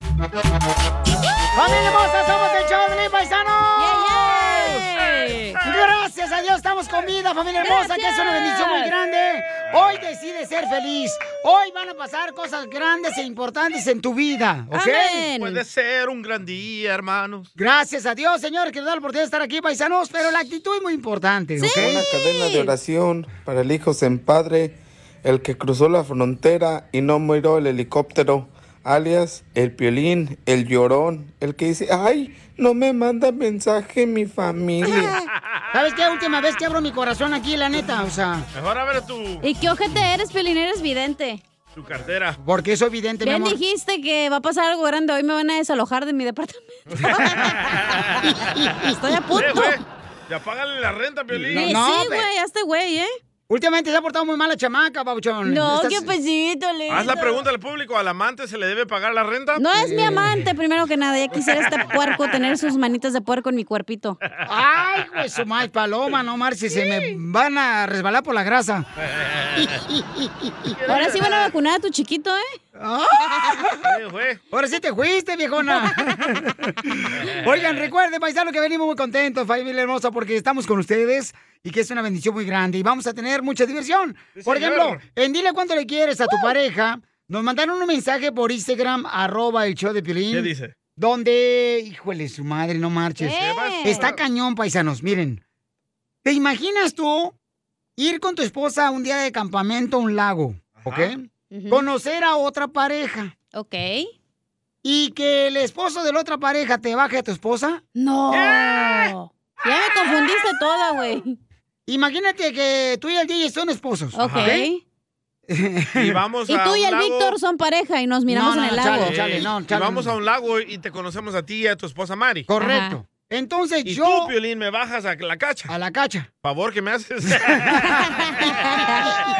¡Familia hermosa! ¡Somos el show de Piolín, paisanos! Gracias a Dios estamos con vida, familia hermosa, que es una bendición muy grande. Hoy decide ser feliz. Hoy van a pasar cosas grandes e importantes en tu vida, ¿ok? Puede ser un gran día, hermanos. Gracias a Dios, señor, que nos da la oportunidad de estar aquí, paisanos, pero la actitud es muy importante, ¿ok? Una cadena de oración para el hijo sin padre, el que cruzó la frontera y no miró el helicóptero, alias el piolín, el llorón, el que dice, ay, no me manda mensaje mi familia. ¿Sabes qué? Última vez que abro mi corazón aquí, la neta, o sea... Mejor a ver tu, ¿Y qué ojete eres, Piolín? Eres vidente. tu cartera. Porque eso evidente, mi Bien amor. dijiste que va a pasar algo grande. Hoy me van a desalojar de mi departamento. Estoy a punto. Eh, güey, ya págale la renta, Piolín. Sí, sí, güey, a este güey, ¿eh? Últimamente se ha portado muy mal la chamaca, babuchón. No, Estás- qué pesito, lindo. Haz la pregunta al público, ¿al amante se le debe pagar la renta? No es mi amante, primero que nada. Ya quisiera este puerco tener sus manitas de puerco en mi cuerpito. Ay, güey, su mal paloma, no marches, se me van a resbalar por la grasa. Ahora sí van a vacunar a tu chiquito, ¿eh? ¡Ah! Ahora sí te fuiste, viejona. Oigan, recuerden, paisano, que venimos muy contentos, familia hermosa, porque estamos con ustedes y que es una bendición muy grande y vamos a tener mucha diversión. Sí, por señor. ejemplo, en Dile Cuánto Le Quieres a tu pareja, nos mandaron un mensaje por Instagram, arroba el show de Piolín. ¿Qué dice? Donde, híjole, su madre, no marches. ¿Qué pasó? Está cañón, paisanos, miren. ¿Te imaginas tú ir con tu esposa un día de campamento a un lago, ok? Ujú. Conocer a otra pareja Ok. y que el esposo de la otra pareja te baje a tu esposa? No. Ya me confundiste toda, güey. Imagínate que tú y el DJ son esposos. Ok. Y vamos Y a tú y un el lago, Víctor son pareja y nos miramos No, no, en el no, lago. chale. Chale, no, y chale. vamos a un lago y te conocemos a ti y a tu esposa Mari. Correcto. Ajá. Entonces Y yo tú, Piolín, me bajas a la cacha. a la cacha. Favor que me haces.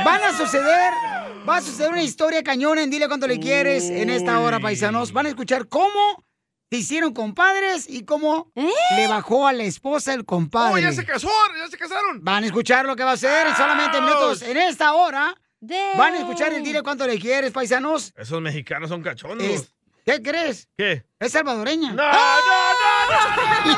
Van a suceder, va a suceder una historia cañona en Dile Cuánto Le Quieres en esta hora, Uy. paisanos. Van a escuchar cómo se hicieron compadres y cómo le bajó a la esposa el ¡Oh, compadre. ¿Eh? ya se casó! ¡Ya se casaron! Van a escuchar lo que va a ser en solamente minutos en esta hora. De- Van a escuchar el Dile Cuánto Le Quieres, paisanos. Esos mexicanos son cachonos. Es- ¿Qué crees? ¿Qué? Es salvadoreña. ¡No, no, no, no!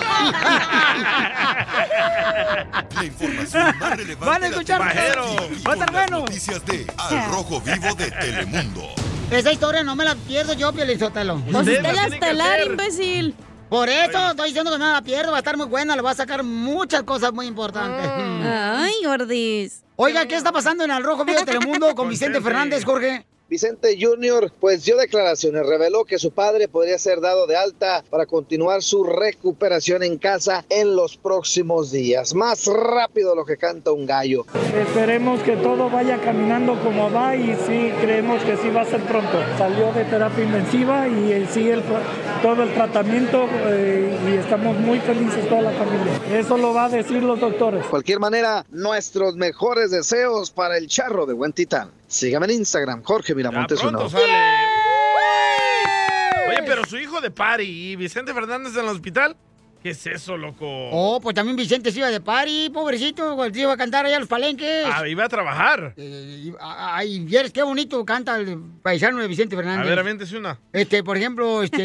La información más relevante Van a la escuchar tienes Bajero. aquí Va a con estar las bueno. noticias de Al Rojo Vivo de Telemundo. Esa historia no me la pierdo yo, Pielizotelo. Pues Ustedes usted la la tienen que estelar, hacer. imbécil. Por eso estoy diciendo que no la pierdo, va a estar muy buena, le va a sacar muchas cosas muy importantes. Ah, Ay, gordis. Oiga, ¿qué está pasando en Al Rojo Vivo de Telemundo con Vicente Contente. Fernández, Jorge? Vicente Jr. pues dio declaraciones, reveló que su padre podría ser dado de alta para continuar su recuperación en casa en los próximos días. Más rápido lo que canta un gallo. Esperemos que todo vaya caminando como va y sí, creemos que sí va a ser pronto. Salió de terapia intensiva y eh, sigue el tra- todo el tratamiento eh, y estamos muy felices toda la familia. Eso lo va a decir los doctores. De cualquier manera, nuestros mejores deseos para el charro de buen titán. Sígame en Instagram, Jorge Ya Miramontes uno. pronto sale. Oye, pero su hijo de pari y Vicente Fernández en el hospital. ¿Qué es eso, loco? Oh, pues también Vicente se iba de pari, pobrecito, pues, iba a cantar allá a los palenques. Ah, iba a trabajar. Eh, y- a- Ay, vieres qué bonito canta el paisano de Vicente A Fernández. ver, aviéntese una. Este, por ejemplo, este,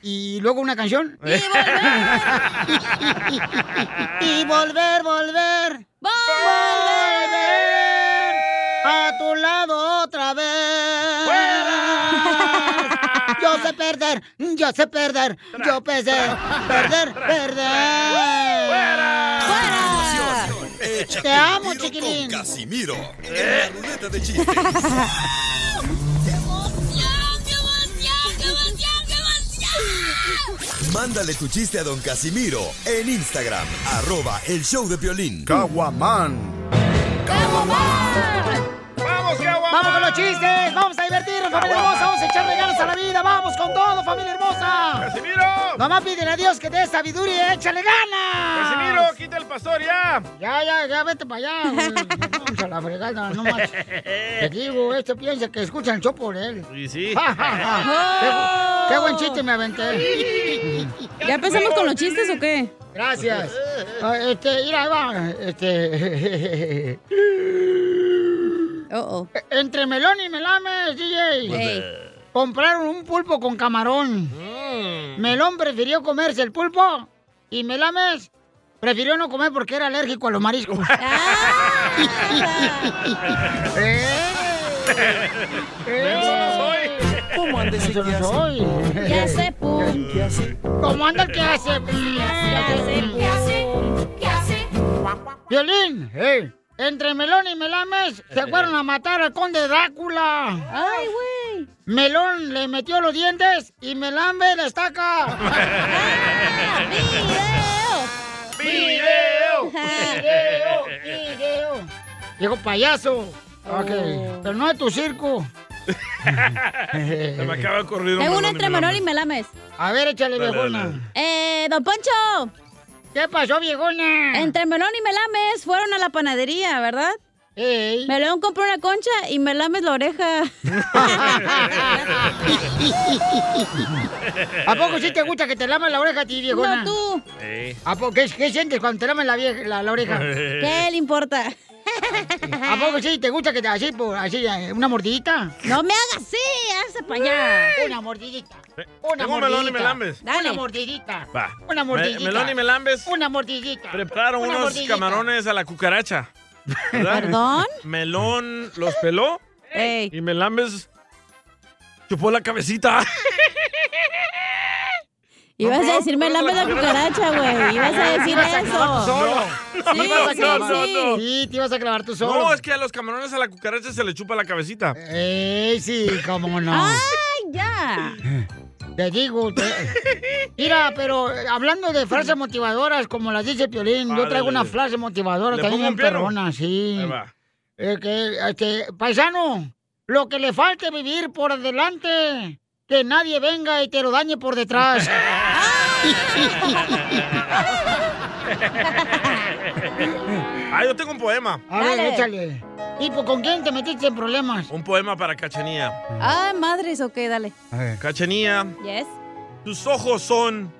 y luego una canción. Y volver, Y volver, volver, volver. volver a tu lado otra vez. Yo Yo sé perder, yo sé perder, yo pensé perder, perder. ¡Fuera! Échate Te amo, un tiro chiquilín. Con Casimiro en la ruleta de chistes. Mándale tu chiste a don Casimiro en Instagram, arroba el show de violín. Caguaman. ¡Vamos, ¡Vamos con los chistes! ¡Vamos a divertirnos, familia hermosa! ¡Vamos a echarle ganas a la vida! ¡Vamos con todo, familia hermosa! ¡Casimiro! Mamá, pídele a Dios que te dé sabiduría y échale ganas. Casimiro, quita el pastor ya. Ya, ya, ya, vete para allá, güey. Vamos a la fregada, no más. Te digo, este piensa que escuchan el show por él. Y sí. Ja, ja, ja. Qué, bu- qué buen chiste me aventé. ¿Ya empezamos con los chistes o qué? Gracias. Ah, Este, mira, ahí va. Este. Entre melón y melames, DJ. Ey. Compraron un pulpo con camarón. Mm. Melón prefirió comerse el pulpo y melames prefirió no comer porque era alérgico a los mariscos. ¡Ah! Eh, ¿Cómo anda ese que hace? ¿Qué hace, pum? ¿Qué hace? ¿Cómo anda el que hace? ¿Qué hace? ¿Qué hace? Violín, eh, entre Melón y Melames se fueron a matar al conde Drácula. Ay, güey. Melón le metió los dientes y Melame la estaca. ¡Video! ¡Video! ¡Video! Dijo payaso. Ok, pero no de tu circo. Se me acaba de ocurrir Tengo uno melón entre Manol y Melames. A ver, échale, Dale, viejona. dale. Eh, don Poncho. ¿Qué pasó, viejona? Entre Melón y Melames fueron a la panadería, ¿verdad? Melón compró una concha y Melames la oreja. ¿A poco sí te gusta que te laman la oreja a ti, viejona? No, tú. ¿A poco, qué, qué sientes cuando te laman la, vie- la, la oreja? ¿Qué le importa? ¿A poco sí te gusta que te así, por, así, eh, una mordidita? No me hagas así, hazte para allá. Una mordidita. Una Tengo mordidita. un melón y melambes. Una mordidita. Va. Una Me- mordidita. melón y melambes Una mordidita. prepararon Una unos mordidita. camarones a la cucaracha. ¿verdad? ¿Perdón? Melón los peló y Melambes chupó la cabecita. Ibas a decir Melames la cucaracha, güey. Ibas a decir Ibas a acabar tú eso. solo. No, Sí, no, sí, no, no, sí. no. Sí, te ibas a clavar tú solo. No, es que a los camarones a la cucaracha se le chupa la cabecita. Eh, sí, cómo no. ¡Ay, ya! Te digo, te- mira, pero eh, hablando de frases motivadoras, como las dice Piolín, yo Ándale. traigo una frase motivadora ¿Le también bien pongo un piano? perrona, sí. Ahí va. Eh, que, este, paisano, lo que le falte vivir por delante, que nadie venga y te lo dañe por detrás. Ah, yo tengo un poema. A ver, échale. Tipo, pues ¿con quién te metiste en problemas? Un poema para Cachanía. Ah, madres, ok, dale. Cachanía, Yes. tus ojos son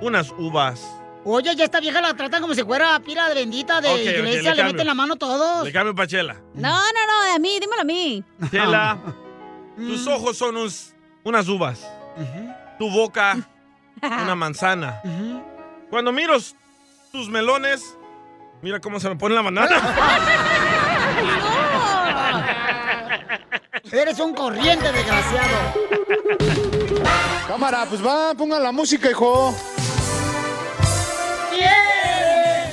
unas uvas. Oye, ya esta vieja la tratan como si fuera pila de bendita de Ok, ok, iglesia, le le, cambio. meten la mano todos. Le cambio Pachela. No, no, no, a mí, dímelo a mí. Chela, tus ojos son uns- unas uvas. Tu boca, una manzana. Cuando miros tus melones, mira cómo se me pone la banana. Eres un corriente desgraciado. Cámara, pues va, pongan la música, hijo. Bien.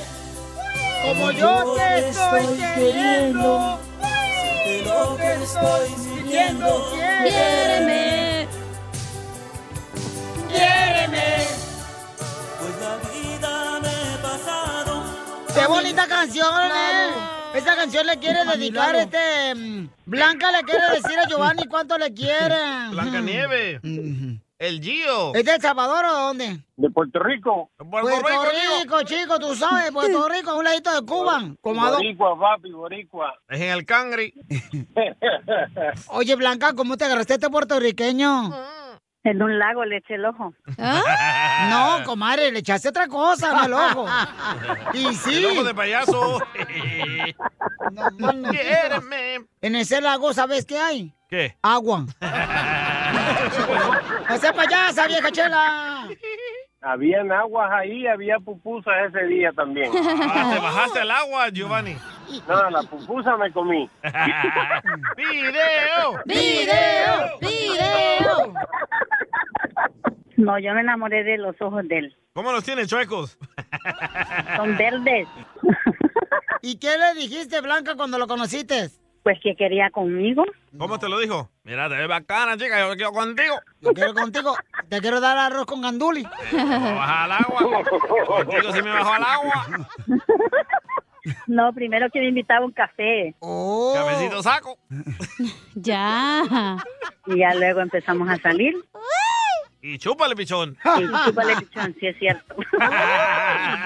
Como yo te estoy queriendo, si lo que estoy sintiendo, quiéreme, quiéreme. Pues la vida me he pasado. ¡Qué bonita canción! eh! Esta canción le quiere dedicar este. mm, Blanca le quiere decir a Giovanni cuánto le quiere. Blanca Nieve. El Gio. ¿Es de El Salvador o de dónde? De Puerto Rico. Puerto Rico, chico, tú sabes, Puerto Rico, un ladito de Cuba. Como a dos- Boricua, papi, boricua. Es en el Cangri. Oye, Blanca, ¿cómo te agarraste a este puertorriqueño? Mm. En un lago le eché el ojo. ¿Ah? No, comadre, le echaste otra cosa no al ojo. Y sí. El ojo de payaso. No, no, no. Quiéreme. En ese lago, ¿sabes qué hay? ¿Qué? Agua. No sea payasa, vieja chela. Habían aguas ahí, había pupusas ese día también. Ah, te bajaste al agua, Giovanni. Nada, la pupusa me comí. ¡Video! ¡Video! ¡Video! No, yo me enamoré de los ojos de él. ¿Cómo los tiene, chuecos? Son verdes. ¿Y qué le dijiste, Blanca, cuando lo conociste? Pues que quería conmigo. ¿Cómo te lo dijo? Mira, te ves bacana, chica, yo quiero contigo. Yo quiero contigo. Te quiero dar arroz con ganduli. Baja al agua. Contigo sí me bajo al agua. No, primero que me invitaba a un café. Oh. Cabecito saco. Ya. Y ya luego empezamos a salir. Y chúpale, pichón. Y chúpale pichón, sí pues, es cierto.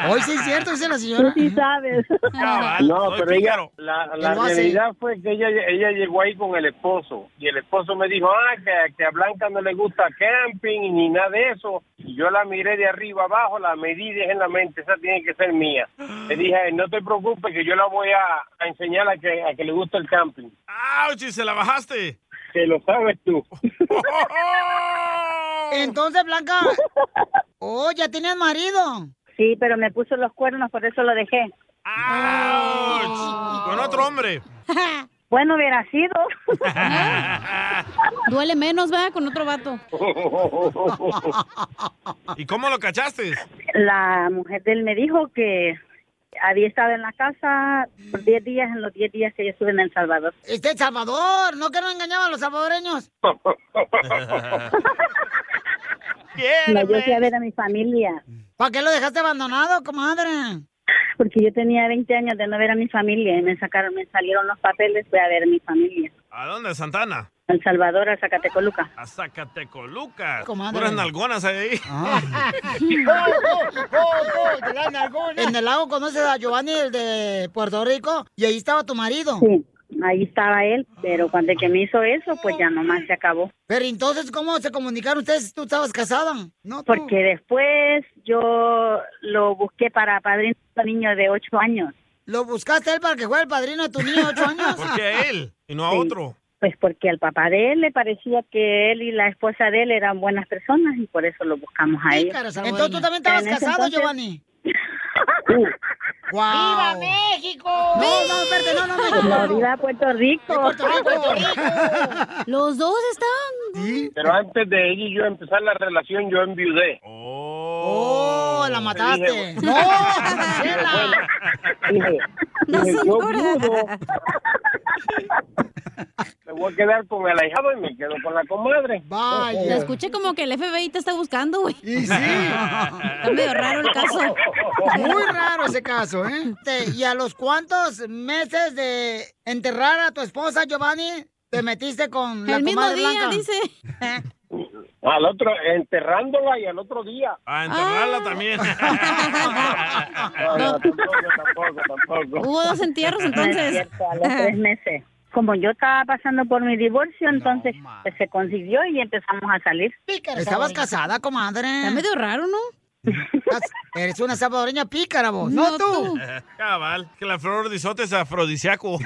Hoy sí es cierto, dice la señora. Tú sí sabes. Ah, No, soy pero ella, pícaro. la, Él la lo hace. realidad fue que ella, ella llegó ahí con el esposo y el esposo me dijo, ah, que, que a Blanca no le gusta camping ni nada de eso. Y yo la miré de arriba abajo, la medí y dije en la mente, esa tiene que ser mía. Le dije, a él, no te preocupes que yo la voy a, a enseñar a que, a que le gusta el camping. ¡Auch! y se la bajaste. Que lo sabes tú. Entonces, Blanca. Oh, ya tenías marido. Sí, pero me puso los cuernos, por eso lo dejé. ¡Auch! Con otro hombre. Bueno, hubiera sido. Duele menos, va, con otro vato. ¿Y cómo lo cachaste? La mujer de él me dijo que había estado en la casa por 10 días, en los 10 días que yo estuve en El Salvador. Este es Salvador, no que no engañaba a los salvadoreños. No, yo pues. fui a ver a mi familia, ¿Para qué lo dejaste abandonado, comadre? porque yo tenía 20 años de no ver a mi familia y me sacaron, me salieron los papeles, fui a ver a mi familia. ¿A dónde, Santana? A El Salvador, a Zacatecoluca. A Zacatecoluca. Comadre. Puras nalgonas ahí. Ah. En el lago conoces a Giovanni, el de Puerto Rico, y ahí estaba tu marido. Sí, ahí estaba él, pero cuando que me hizo eso, pues ya nomás se acabó. Pero entonces, ¿cómo se comunicaron ustedes si tú estabas casada? No, tú. Porque después yo lo busqué para padrino de un niño de 8 años. ¿Lo buscaste a él para que fuera el padrino de tu niño de 8 años? ¿Por qué a él y no a Sí. otro? Pues porque al papá de él le parecía que él y la esposa de él eran buenas personas y por eso lo buscamos a ellos. Pícaro, Entonces tú también estabas Pero en ese casado, entonces- Giovanni. ¡Guau! ¡Viva México! No, no, espérate, no, no, México. No, no. viva Puerto Rico. Puerto Rico, Puerto Rico. Los dos están. Pero antes de ella y yo empezar la relación, yo enviudé. ¡Oh, la mataste! ¡No! Dije, No, dije, yo señora. viudo. Me voy a quedar con el ahijado y me quedo con la comadre. Lo escuché como que el FBI te está buscando, güey. Y sí. Está medio raro el caso. Muy raro ese caso, ¿eh? Te- ¿Y a los cuántos meses de enterrar a tu esposa, Giovanni, te metiste con la El mismo comadre día, Blanca? dice. Al otro, enterrándola y al otro día. A enterrarla también. No, no, tampoco, tampoco, tampoco. No es cierto, a los tres meses. Como yo estaba pasando por mi divorcio, entonces pues, se consiguió y empezamos a salir. Estabas casada, comadre. Está medio raro, ¿no? Eres una salvadoreña pícara, vos. No, tú. Eh, Cabal, que la flor de izote es afrodisíaco.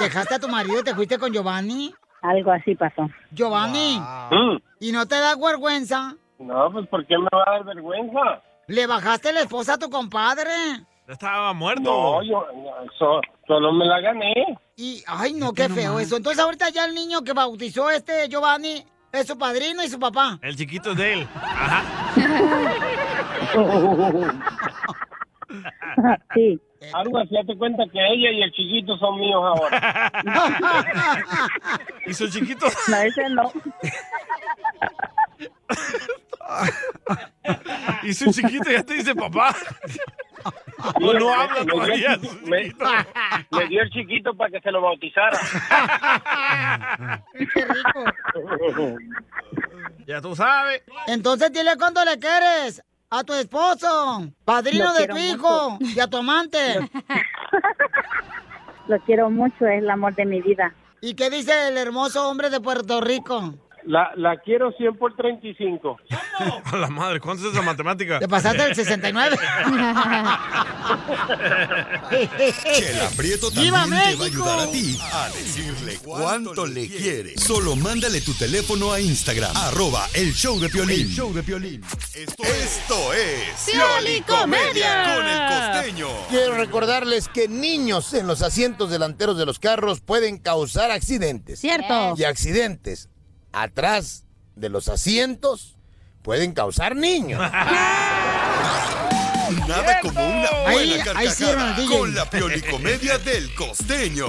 Dejaste a tu marido y te fuiste con Giovanni. Algo así pasó. Giovanni. Mm. ¿Y no te da vergüenza? No, pues ¿por qué me va a dar vergüenza? ¿Le bajaste la esposa a tu compadre? Estaba muerto. No, yo no, so- solo me la gané. Y, ay, no, qué feo eso. Entonces ahorita ya el niño que bautizó este Giovanni es su padrino y su papá. El chiquito es de él. Ajá. Sí. Algo así, date cuenta que ella y el chiquito son míos ahora. ¿Y su chiquito? No, ese no. ¿Y su chiquito ya te dice papá? ¿O no habla todavía? su Me, chiquito? me dio el chiquito para que se lo bautizara. Ya tú sabes. Entonces dile cuánto le quieres a tu esposo, padrino Lo de quiero tu hijo y a tu amante. Lo quiero mucho, es el amor de mi vida. ¿Y qué dice el hermoso hombre de Puerto Rico? La, la quiero 100 por 35. A la madre, ¿cuánto es la matemática? Te pasaste el 69. Chela Eh, Prieto también ¡Viva te va México! a ayudar a ti a decirle cuánto le quiere. Solo mándale tu teléfono a Instagram, arroba el show de Piolín. El show de Piolín. Esto, esto es Piolicomedia. con el costeño. Quiero recordarles que niños en los asientos delanteros de los carros pueden causar accidentes. Cierto. Y accidentes atrás de los asientos pueden causar niños. Nada como una buena Ahí- ahí carcajada cierran el DJ. con la piolicomedia del costeño.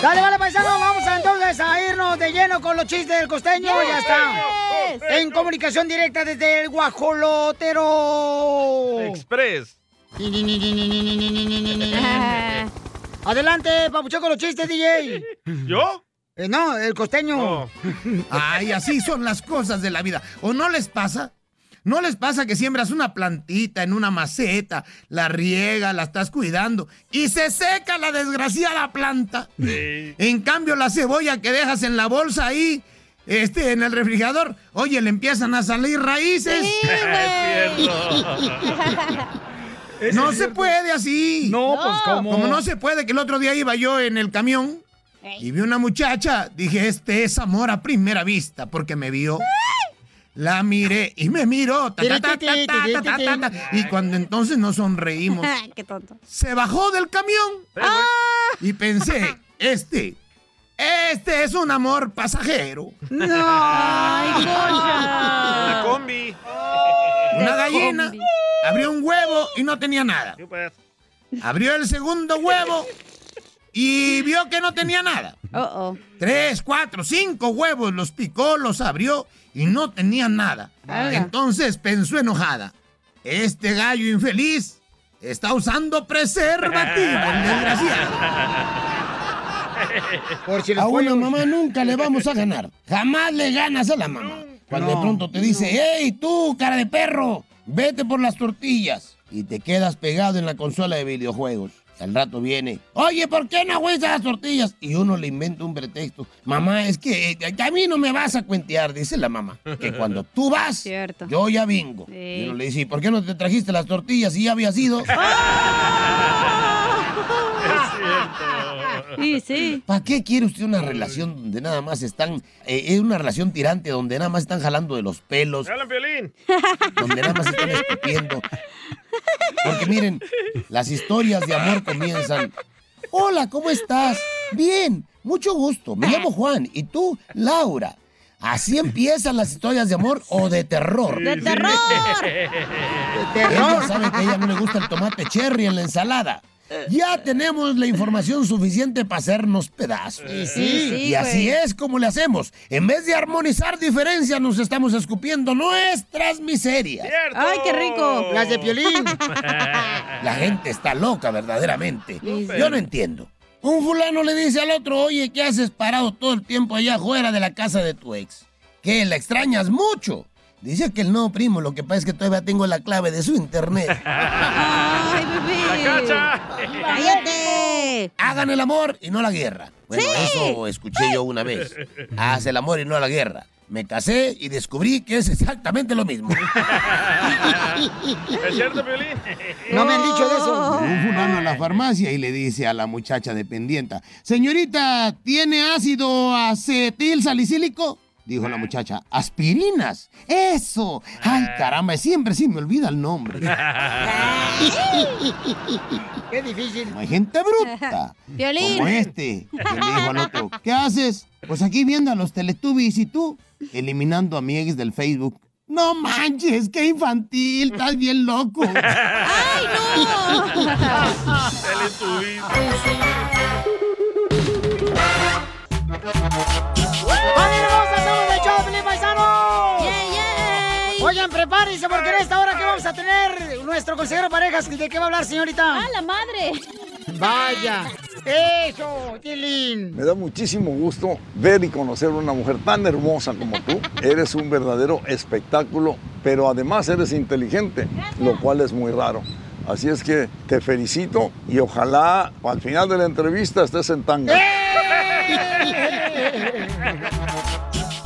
Dale, vale, paisano, vamos a, entonces a irnos de lleno con los chistes del costeño. Ya está. En comunicación directa desde el guajolotero. Express. Adelante, papuchón, con los chistes, DJ. ¿Yo? no, eh, el costeño. Ay, así son las cosas de la vida. ¿O no les pasa? ¿No les pasa que siembras una plantita en una maceta, la riega, la estás cuidando y se seca la desgraciada planta? En cambio, la cebolla que dejas en la bolsa ahí, este, en el refrigerador, oye, le empiezan a salir raíces. güey. Es no se cierto. puede así. No, No. pues, ¿cómo? Como no se puede, que el otro día iba yo en el camión y vi una muchacha, dije, este es amor a primera vista, porque me vio. La miré y me miró. ta, ta, ta, ta, ta, ta, ta, ta, ta. Y cuando entonces nos sonreímos, Qué tonto. se bajó del camión. Y pensé, este, este es un amor pasajero. Ay, Concha. La combi. Una gallina abrió un huevo y no tenía nada. Abrió el segundo huevo y vio que no tenía nada. Tres, cuatro, cinco huevos los picó, los abrió y no tenía nada. Vaya. Entonces pensó enojada. Este gallo infeliz está usando preservativo, el desgraciado. a una mamá nunca le vamos a ganar. Jamás le ganas a la mamá. Cuando de pronto te dice, hey, tú, cara de perro, vete por las tortillas. Y te quedas pegado en la consola de videojuegos. Y al rato viene, oye, ¿por qué no huesas las tortillas? Y uno le inventa un pretexto. Mamá, es que eh, a mí no me vas a cuentear, dice la mamá. Que cuando tú vas, yo ya vengo. Y uno le dice, "¿Y por qué no te trajiste las tortillas si ya habías ido? Y sí. ¿Para qué quiere usted una relación donde nada más están... eh, es una relación tirante donde nada más están jalando de los pelos, ¡Hablan violín! donde nada más están escupiendo? Porque miren, las historias de amor comienzan. Hola, ¿cómo estás? Bien, mucho gusto. Me llamo Juan. ¿Y tú, Laura? Así empiezan las historias de amor o de terror. ¡De terror! Ella sabe que a ella no le gusta el tomate cherry en la ensalada. Ya tenemos la información suficiente para hacernos pedazos. Y sí, sí, y así güey. es como le hacemos. En vez de armonizar diferencias, nos estamos escupiendo nuestras miserias. ¡Ay, qué rico! Las de Piolín. La gente está loca verdaderamente. Yo no entiendo. Un fulano le dice al otro, oye, ¿qué haces parado todo el tiempo allá afuera de la casa de tu ex? ¿Qué, la extrañas mucho? Dice que el no, primo, lo que pasa es que todavía tengo la clave de su internet. ¡Ay, bebé! ¡La cacha! ¡Cállate! Hagan el amor y no la guerra. Bueno, eso escuché yo una vez. Haz el amor y no la guerra. Me casé y descubrí que es exactamente lo mismo. ¿Es cierto, Piolín? Un fulano a la farmacia y le dice a la muchacha dependienta, señorita, ¿tiene ácido acetil salicílico? Dijo la muchacha, aspirinas. Eso. Ay, caramba, siempre se me olvida el nombre. Qué difícil. Hay gente bruta. Violín. Como este, que le dijo al otro, ¿qué haces? Pues aquí viendo a los Teletubbies y tú, eliminando a mi ex del Facebook. No manches, qué infantil, estás bien loco. ¡Ay, ¡Familia hermosa, somos el show, de Pelín Paisano! Oigan, prepárense porque en esta hora que vamos a tener nuestro consejero parejas, ¿de qué va a hablar, señorita? ¡A la madre! Vaya. Eso, Tilín. Me da muchísimo gusto ver y conocer una mujer tan hermosa como tú. Eres un verdadero espectáculo, pero además eres inteligente, lo cual es muy raro. Así es que te felicito y ojalá al final de la entrevista estés en tanga.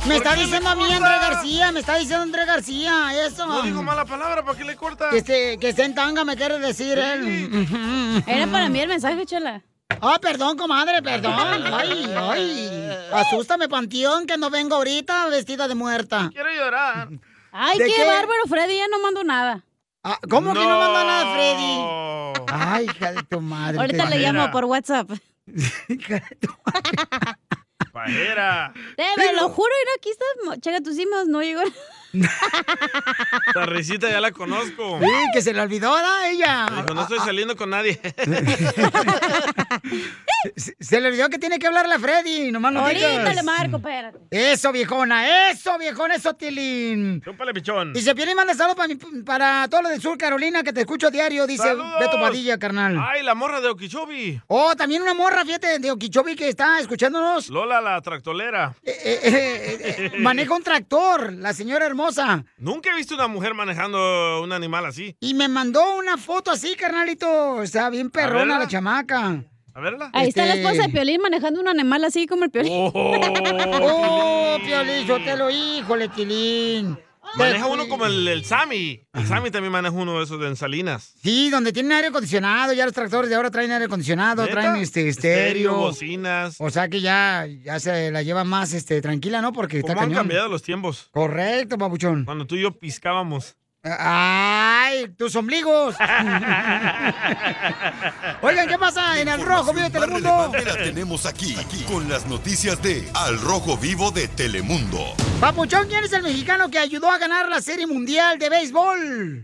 Me está diciendo a mí André García, me está diciendo André García, eso. No digo mala palabra, ¿para qué le corta? Que esté, que esté en tanga, me quiere decir él. Era para mí el mensaje, chela. Ah, perdón, comadre, perdón. Ay, ay. Asústame, panteón, que no vengo ahorita vestida de muerta. Quiero llorar. Ay, ¿De qué, qué? Ah, bárbaro, Freddy, ya no mando nada. ¿Cómo que no manda nada, Freddy? Ay, hija de tu madre. Ahorita te le digo. llamo por WhatsApp. Pajera. Te Eh, lo juro, mira, aquí está. mo- Checa tus emails, no llegó. La risita ya la conozco. Sí, que se le olvidó, ¿da? Ella. Dijo, no estoy saliendo con nadie. Se- Se le olvidó que tiene que hablarle a Freddy, nomás no Ahorita digas. le marco, espérate. Eso, viejona, eso, viejona, eso, Tilín. Chúpale, pichón. Dice, Piolín, manda saludos para, mi- para todos los del sur, Carolina, que te escucho a diario, dice ¡Saludos! Beto Padilla, carnal. Ay, la morra de Okeechobee. Oh, también una morra, fíjate, de Okichobi que está escuchándonos. eh, Lola, la tractolera. Maneja un tractor, la señora hermosa. Nunca he visto una mujer manejando un animal así. Y me mandó una foto así, carnalito. Está bien perrona verla. la chamaca. A verla. Ahí está la Este- esposa de Piolín manejando un animal así como el Piolín. Oh, Piolín, yo te lo híjole, Tilín. Maneja uno como el, el Sammy. El Sammy también maneja uno de esos de en Salinas. Sí, donde tienen aire acondicionado, ya los tractores de ahora traen aire acondicionado, ¿Neta? traen este Estéreo, estéreo. bocinas. O sea que ya, ya se la lleva más este tranquila, ¿no? Porque está ¿Cómo han cañón. cambiado Pues los tiempos? Correcto, papuchón. Cuando tú y yo piscábamos. ¡Ay! ¡Tus ombligos! Oigan, ¿qué pasa en el rojo? Vive Telemundo. Te la tenemos aquí, aquí, con las noticias de Al Rojo Vivo de Telemundo. Papuchón, ¿quién es el mexicano que ayudó a ganar la Serie Mundial de Béisbol?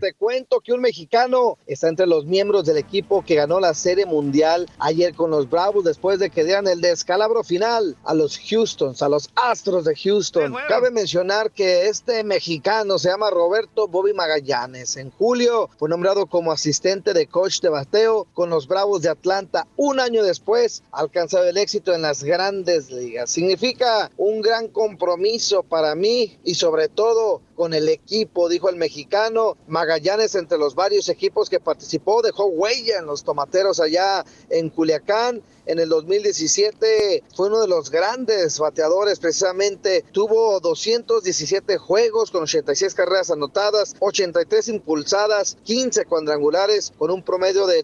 Te cuento que un mexicano está entre los miembros del equipo que ganó la Serie Mundial ayer con los Bravos después de que dieran el descalabro final a los Houstons, a los Astros de Houston. Cabe mencionar que este mexicano se llama Roberto Bobby Magallanes. En julio fue nombrado como asistente de coach de bateo con los Bravos de Atlanta. Un año después ha alcanzado el éxito en las grandes ligas. Significa un gran compromiso para mí y sobre todo con el equipo, dijo el mexicano. Magallanes entre los varios equipos que participó dejó huella en los tomateros allá en Culiacán. En el 2017 fue uno de los grandes bateadores precisamente. Tuvo 217 juegos con 86 carreras anotadas, 83 impulsadas, 15 cuadrangulares con un promedio de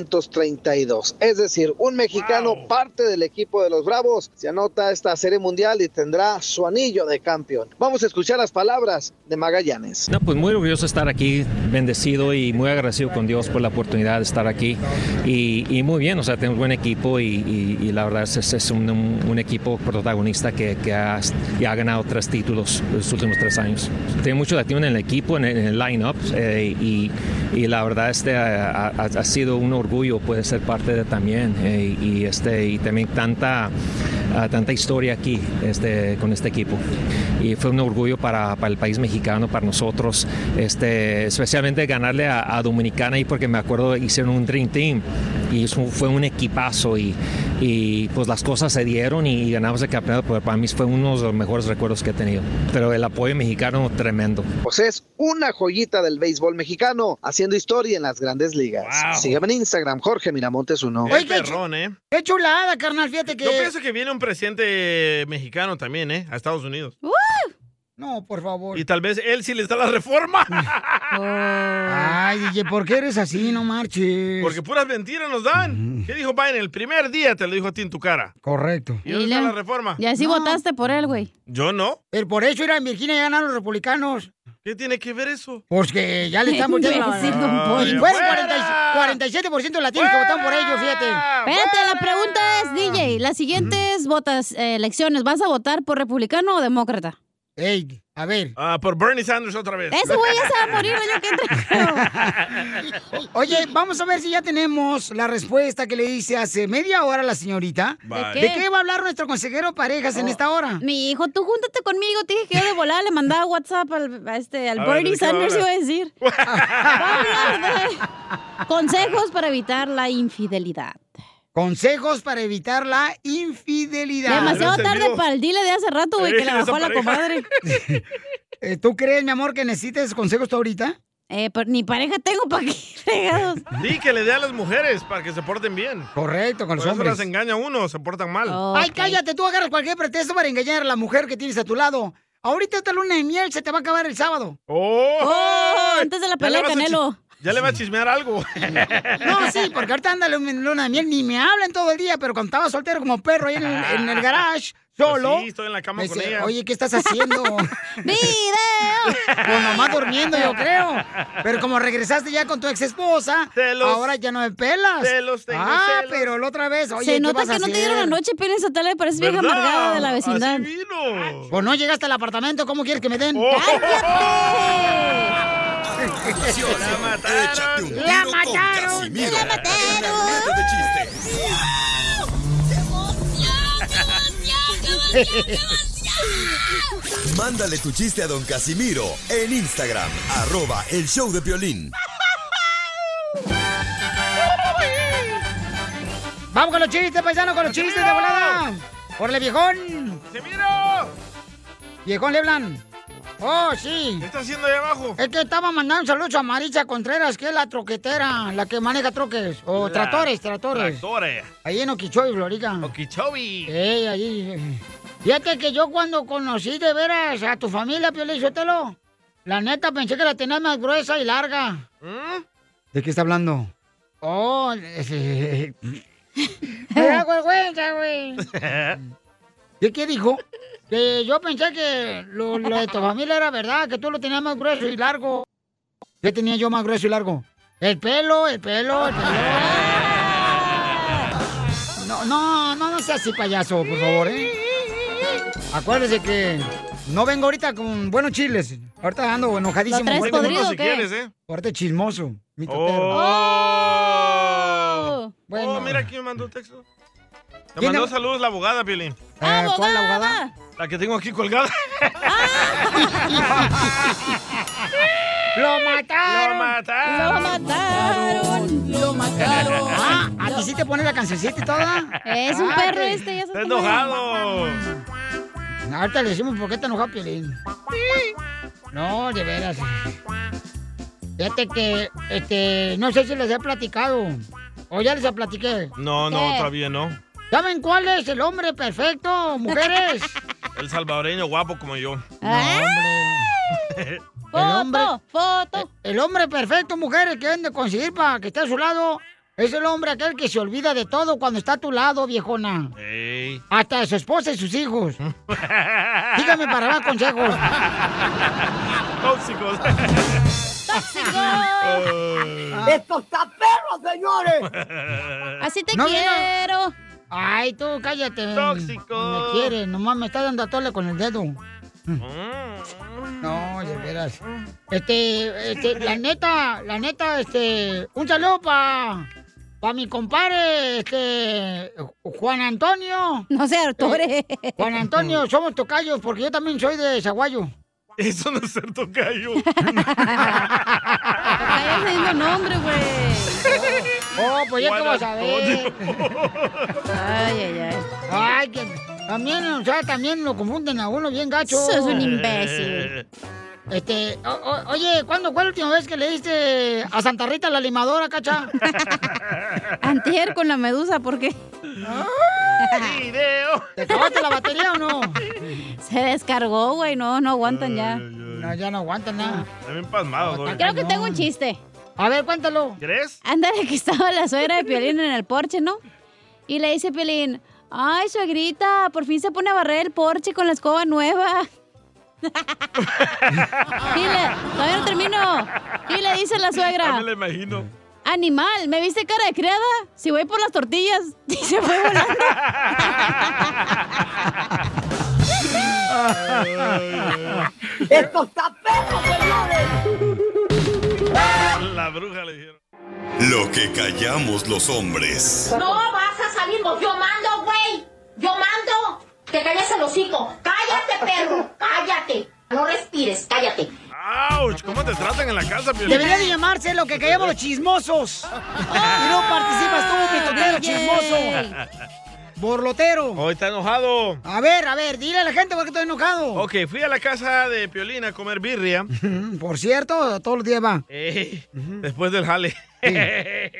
.232. Es decir, un mexicano parte del equipo de los Bravos se anota a esta serie mundial y tendrá su anillo de campeón. Vamos a escuchar las palabras de Magallanes. No, pues muy orgulloso de estar aquí, bendecido y muy agradecido con Dios por la oportunidad de estar aquí. Y, y muy bien, o sea, tenemos buen equipo y, y- y la verdad es, es- es un, un- un equipo protagonista que, que ha, y ha ganado tres títulos los últimos tres años. Tiene mucho activo en el equipo, en el, en el line-up eh, y, y la verdad este, ha, ha- ha sido un orgullo poder ser parte de también eh, y, este, y también tanta, ah, tanta historia aquí este, con este equipo y fue un orgullo para, para el país mexicano, para nosotros, este, especialmente ganarle a, a Dominicana y porque me acuerdo hicieron un Dream Team y es un- fue un equipazo y, y, pues las cosas se dieron y ganamos el campeonato, pero para mí fue uno de los mejores recuerdos que he tenido, pero el apoyo mexicano tremendo. Pues es una joyita del béisbol mexicano haciendo historia en las grandes ligas. Sígueme en Instagram, Jorge Miramontes uno. Oye, perrón, ¿eh? Qué chulada, carnal, fíjate que... Yo pienso que viene un presidente mexicano también, ¿eh? A Estados Unidos. No, por favor. Y tal vez él sí les da la reforma. Ay, DJ, ¿por qué eres así? No marches. Porque puras mentiras nos dan. ¿Qué dijo Biden? El primer día te lo dijo a ti en tu cara. Correcto. ¿Y dónde está la reforma? Y así votaste por él, güey. Yo no. Pero por eso era en Virginia ya ganaron los republicanos. ¿Qué tiene que ver eso? Porque Pues ya le están volteando. Imbécil, don Poncho. Y fueron 40 y- 47% de latinos que votaron por ellos, fíjate. Espérate, la pregunta es, DJ, las siguientes votas, eh, elecciones, ¿vas a votar por republicano o demócrata? Ey, a ver. Ah, por Bernie Sanders otra vez. Ese güey ya se va a morir el año que O- Oye, vamos a ver si ya tenemos la respuesta que le hice hace media hora a la señorita. Vale. ¿De qué va a hablar nuestro consejero parejas en Oh, esta hora? Mi hijo, tú júntate conmigo, te dije que yo de volada le mandaba WhatsApp al, a este, al A ver, Bernie ¿de qué va a Sanders, hablar? iba a decir. Va a hablar de consejos para evitar la infidelidad. Consejos para evitar la infidelidad. Demasiado tarde para el dile de hace rato, güey, que le bajó a la comadre. Eh, ¿Tú crees, mi amor, que necesites consejos tú ahorita? Eh, por- ni pareja tengo para qué regados. Di que le dé a las mujeres para que se porten bien. Correcto, con los hombres. las engaña uno, se portan mal. Oh. Ay, cállate, tú agarras cualquier pretexto para engañar a la mujer que tienes a tu lado. Ahorita esta luna de miel se te va a acabar el sábado. ¡Oh! antes de la Ya le vas a chis- Ya le va a chismear algo. No, sí, porque ahorita anda en luna de miel, ni me hablan todo el día, pero cuando estaba soltero como perro ahí en, en el garage, solo. Pues Sí, estoy en la cama me con dice, ella. Oye, ¿qué estás haciendo? ¡Video! Pues nomás durmiendo, yo creo. Pero como regresaste ya con tu ex esposa, ahora ya no me pelas. Celos, tengo ah, celos. pero la otra vez, oye, Se ¿qué nota vas a que no te dieron la hacer? noche, Piolín Sotelo, pareces vieja ¿Verdad? amargada de la Así vecindad. Pues no llegaste al apartamento, ¿cómo quieres que me den? Oh. La mataron. Échate un La tiro con mataron. Casimiro. La En el minuto de chiste. Mándale tu chiste a don Casimiro en Instagram, arroba el show de Piolín. Vamos con los chistes, paisano, con los chistes de volada. Órale, viejón. Viejón Leblan. Oh, sí. ¿Qué está haciendo ahí abajo? Es que estaba mandando un saludo a Maritza Contreras, que es la troquetera, la que maneja troques. O La- tractores, tractores. Tractores. Ahí en Okeechobee, Florida. Okeechobee. Eh, ahí. Fíjate que yo cuando conocí de veras a tu familia, Piolín Sotelo, la neta pensé que la tenías más gruesa y larga. ¿Mm? ¿De qué está hablando? Oh, eh, me da vergüenza, güey. ¿De qué dijo? Que yo pensé que lo, lo de tu familia era verdad, que tú lo tenías más grueso y largo. ¿Qué tenía yo más grueso y largo? El pelo, el pelo, el pelo. No, no, no, no seas así payaso, por favor, ¿eh? Acuérdese que no vengo ahorita con buenos chiles. Ahorita ando enojadísimo. ¿Lo traes fuerte. podrido o qué? Si quieres, ¿eh? Fuerte chismoso, mi ¡Oh! Bueno. Oh, mira quién me mandó texto. Te Eh, ¿Quién mandó te- saludos la abogada, Piolín. ¿Cuál la Ah, abogada? La que tengo aquí colgada. ¡Lo mataron! ¡Lo mataron! ¡Lo mataron! ¡Lo mataron! Ah, ¿a ti sí te pone la cancioncita y toda? Es un Ah, perro que- este, ya se Está enojado. Ahorita le decimos por qué te enojado, Piolín. No, de veras. Fíjate que, este, no sé si les he platicado. O ya les platiqué. No, no, ¿Qué? todavía no. ¿Saben cuál es el hombre perfecto, mujeres? El salvadoreño guapo como yo. Ah. el hombre, foto. El hombre perfecto, mujeres, que deben de conseguir para que esté a su lado. Es el hombre aquel que se olvida de todo cuando está a tu lado, viejona. Ey. Hasta de su esposa y sus hijos. Dígame para más consejos. Tóxicos. ¡Estos taperos, señores! Así te No, quiero. Ay, tú, cállate. Tóxico. Me quieres, nomás me está dando a tole con el dedo. No, de veras. Este, este, la neta, la neta, este, un saludo para pa mi compadre, este, Juan Antonio. Eh, No sé, Artore. Juan Antonio, somos tocayos porque yo también soy de Zaguayo. Eso no es ser tocayo. Estás diciendo nombre, güey. Oh, pues ya te vas a ver. Ay, ay, ay. Ay, que también, o sea, también lo confunden a uno bien gacho. Sos un imbécil. Este, o- o- oye, ¿cuándo fue la última vez que le diste a Santa Rita la limadora, cacha? Antier con la medusa, ¿por qué? ¡Video! ¿Te acabaste la batería o no? Se descargó, güey. No, no aguantan ya. No, ya no aguantan nada. También pasmado, doy. Creo que tengo un chiste. A ver, cuéntalo. ¿Crees? Ándale, que estaba la suegra de Piolín en el porche, ¿no? Y le dice Piolín, ay, suegrita, por fin se pone a barrer el porche con la escoba nueva. y le, todavía no termino. Y le dice la Ya suegra, me lo imagino. animal, ¿me viste cara de criada? Si voy por las tortillas. Y se fue volando. ¡Estos La bruja le dijeron. Lo que callamos los hombres. No vas a salir, vos. yo mando, güey. Yo mando. Te calles el hocico. Cállate, perro. Cállate. No respires, cállate. ¡Auch! ¿Cómo te tratan en la casa, Piolín? Debería de llamarse lo que callamos Ah. los chismosos. Y no participas tú, mi totero chismoso. Borlotero. Ah, Hoy está enojado. A ver, a ver, dile a la gente por qué estoy enojado. Mm, Ok, fui a la casa de Piolín a comer birria. Por cierto, todos los días va. Ey, Después del jale.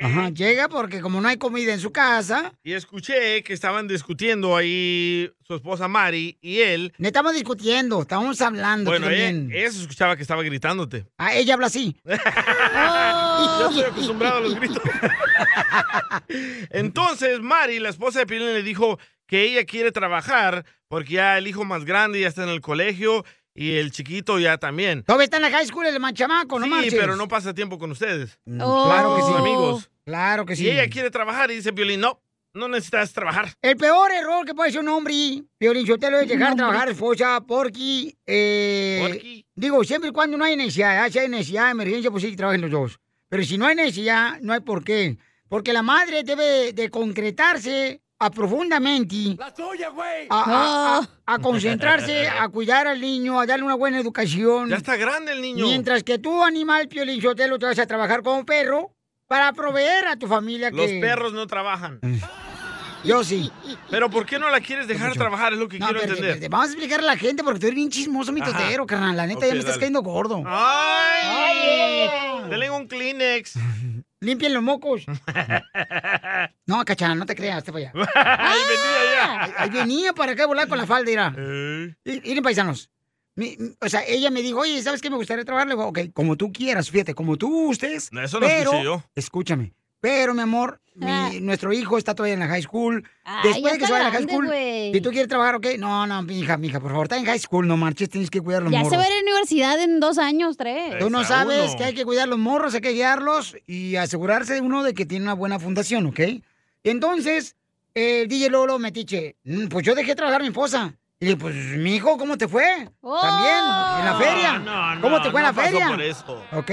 Ajá, llega porque como no hay comida en su casa. Y escuché que estaban discutiendo ahí su esposa Mari y él. No estamos discutiendo, estamos hablando. Bueno, eh, tú ella, también. ella se escuchaba que estaba gritándote. Ah, ella habla así. Oh. Ah. Yo estoy acostumbrado a los gritos. Entonces, Mari, la esposa de Piolín, le dijo que ella quiere trabajar porque ya el hijo más grande ya está en el colegio y el chiquito ya también. Todavía está en la high school el manchamaco, no sí, marches. pero no pasa tiempo con ustedes. Oh. Claro que sí. Sus amigos. Claro que sí. Y ella quiere trabajar y dice Piolín, no, no necesitas trabajar. El peor error que puede hacer un hombre, Piolín Sotelo, es dejar Un hombre. trabajar a esposa porque... Eh, Digo, siempre y cuando no hay necesidad. ¿eh? Si hay necesidad, emergencia, pues sí, que trabajen los dos. Pero si no hay necesidad, no hay por qué. Porque la madre debe de concretarse a profundamente. ¡La tuya, güey! Ah, A, a- a- a concentrarse, a cuidar al niño, a darle una buena educación. Ya está grande el niño. Mientras que tú, animal, Piolín Sotelo, te vas a trabajar como perro para proveer a tu familia que... Eh. Los perros no trabajan. Yo sí. Pero ¿por qué no la quieres dejar trabajar? Es lo que No, quiero espérate, entender. espérate. Vamos a explicar a la gente porque tú eres bien chismoso, mi Ajá. totero, carnal. La neta, Ok, ya me estás dale. cayendo gordo. eh. ¡Ay! Dele un Kleenex. Limpien los mocos. No, cachana, no te creas, te para allá. ahí venía ya. Ahí, ahí venía para acá volar con la falda, irá. Eh. Miren, paisanos. Mi- mi- o sea, ella me dijo, oye, ¿sabes qué? Me gustaría trabajar. Le digo, ok, como tú quieras, fíjate, como tú gustes. No, eso no escuché yo. Escúchame. Pero, mi amor, mi- Ah. nuestro hijo está todavía en la high school. Ah, Después ya de que está se vaya a la high grande, school, güey. si tú quieres trabajar, ok. No, no, mi hija, mi hija, por favor, está en high school, no marches, tienes que cuidar a los Ya morros. se va a ir a la universidad en dos años, tres. Tú no sabes que hay que cuidar los morros, hay que guiarlos y asegurarse de uno de que tiene una buena fundación, ¿ok? Entonces, el DJ Lolo Metiche, "Mm, pues yo dejé trabajar a mi esposa. Y le dije, pues, mi hijo, ¿cómo te fue? También, en la Oh. No, feria. no, no, ¿Cómo te fue en no la pasó feria? por eso. ¿Ok?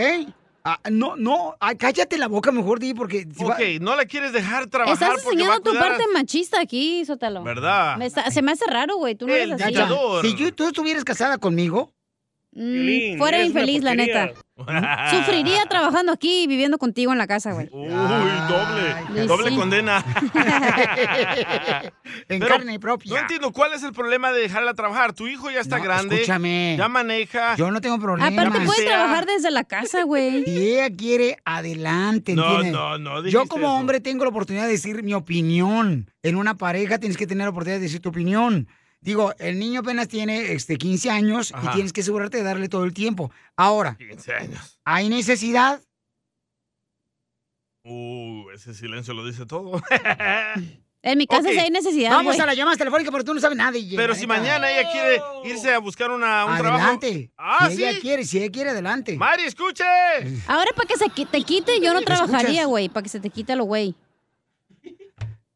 Ah, no, no, ah, cállate la boca mejor, DJ, porque... si va- Ok, no la quieres dejar trabajar Estás porque va a enseñando tu cuidar a- parte machista aquí, Sótalo. ¿Verdad? Me está- se me hace raro, güey. Tú no El eres así. Cacha, Si yo- tú estuvieras casada conmigo... Mm, fuera infeliz, la neta. Ah. ¿Mm? Sufriría trabajando aquí y viviendo contigo en la casa, güey. Uy, Ah, doble. Ay, doble sí. condena. en carne propia. No entiendo cuál es el problema de dejarla trabajar. Tu hijo ya está grande. escúchame. Ya maneja. Yo no Ah, tengo problema. Aparte puede Sea- trabajar desde la casa, güey. Si ella quiere, adelante, No, ¿entiendes? no, no Yo dijiste como eso. hombre tengo la oportunidad de decir mi opinión. En una pareja tienes que tener la oportunidad de decir tu opinión. Digo, el niño apenas tiene este, 15 años Ajá. y tienes que asegurarte de darle todo el tiempo. Ahora, 15 años. ¿hay necesidad? Uh, ese silencio lo dice todo. En mi casa Ok. sí hay necesidad, Vamos güey. a las llamadas telefónicas porque tú no sabes nada. DJ, Pero la si neta. mañana ella quiere irse a buscar una, un Adelante. trabajo. Ah, si sí. ella quiere, si ella quiere, adelante. Mari, escuche. Ahora para que se qui- te quite, yo no ¿Me trabajaría, escuchas? güey. Para que se te quite lo güey.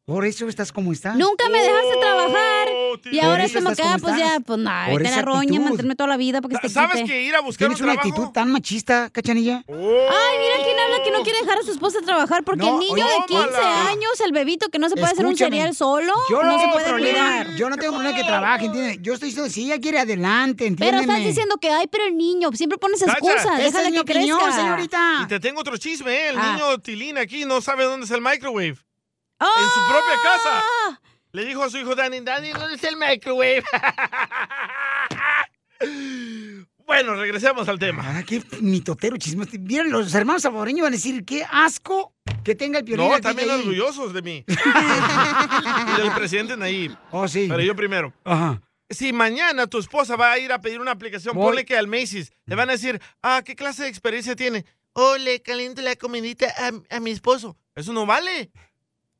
Por eso estás como estás. Nunca Oh. me dejaste trabajar. Y Ah. Por ahora es eso como que, estás ah, como pues ya, estás. pues nada, Por vete a esa la roña, actitud. mantenerme toda la vida para que se te ¿Sabes quite. que ir a buscar Tienes un una trabajo? actitud tan machista, cachanilla. Ay, mira quién habla que Oh. no quiere dejar a su esposa trabajar porque No, el niño oye, de 15 tómala. años, el bebito que no se puede hacer un Escúchame, cereal solo, Yo no, se tengo puede problema, cuidar. Yo no tengo problema que trabaje, ¿entiendes? Yo estoy diciendo, si ella quiere, adelante, Pero entiéndeme. estás diciendo que, ay, pero el niño, siempre pones Cacha, excusas, esa déjala es mi que opinión, crezca. señorita. Y te tengo otro chisme, ¿eh? El Ah. niño Tilín aquí no sabe dónde es el microwave. En su propia casa. Le dijo a su hijo Danny, Danny, ¿dónde está el microwave? bueno, regresemos al tema. Ah, qué mitotero chisme. Miren, los hermanos salvadoreños van a decir, qué asco que tenga el piolín. No, aquí también ahí. orgullosos de mí. y del presidente Nayib. Oh, sí. Pero yo primero. Ajá. Si mañana tu esposa va a ir a pedir una aplicación, Voy. ponle que al Macy's, le van a decir, ah, ¿qué clase de experiencia tiene? Oh, le caliento la comidita a, a mi esposo. Eso no vale.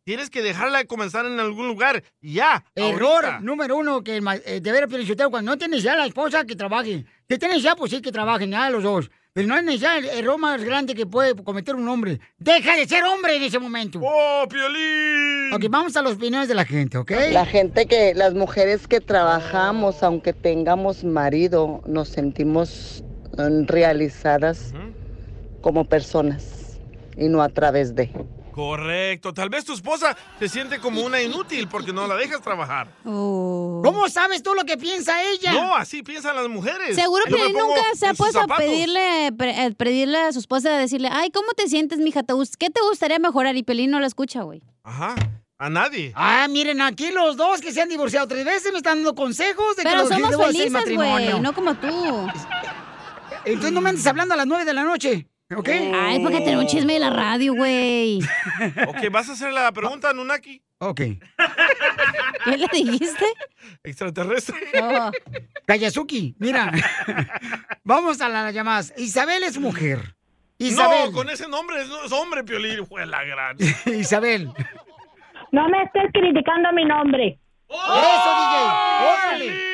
Tienes que dejarla comenzar en algún lugar. y Ya. Error ahorita. número uno que el ma- eh, deber piolichotero cuando no tienes ya la esposa que trabaje. Si tienes ya, pues sí que trabajen, ya los dos. Pero no es necesario el error más grande que puede cometer un hombre. Deja de ser hombre en ese momento. ¡Oh, Piolín! Ok, vamos a las opiniones de la gente, ¿ok? La gente que, las mujeres que trabajamos, aunque tengamos marido, nos sentimos mm, realizadas como personas y no a través de. Correcto. Tal vez tu esposa se siente como una inútil porque no la dejas trabajar. ¿Cómo sabes tú lo que piensa ella? No, así piensan las mujeres. Seguro Pues, Yo que me él pongo nunca se ha en sus puesto a zapatos. pedirle, pre- eh, pedirle a su esposa, decirle, ay, ¿cómo te sientes, mija? ¿Te gust- ¿Qué te gustaría mejorar? Y Pelín no la escucha, güey. Ajá. A nadie. Ah, miren, aquí los dos que se han divorciado tres veces me están dando consejos de que Pero los somos debo hacer felices, matrimonio. güey, no como tú. Entonces no me andes hablando a las nueve de la noche, ¿ok? Ay, porque tenemos un chisme de la radio, güey. Ok, ¿vas a hacer la pregunta, Nunaki? Ok. ¿Qué le dijiste? Extraterrestre. Kayazuki, mira. Vamos a las llamadas. Isabel es mujer. Isabel. No, con ese nombre es, no es hombre, Piolín. Fue la gran. Isabel. No me estés criticando mi nombre. ¡Oh! ¡Eso, DJ! ¡Órale!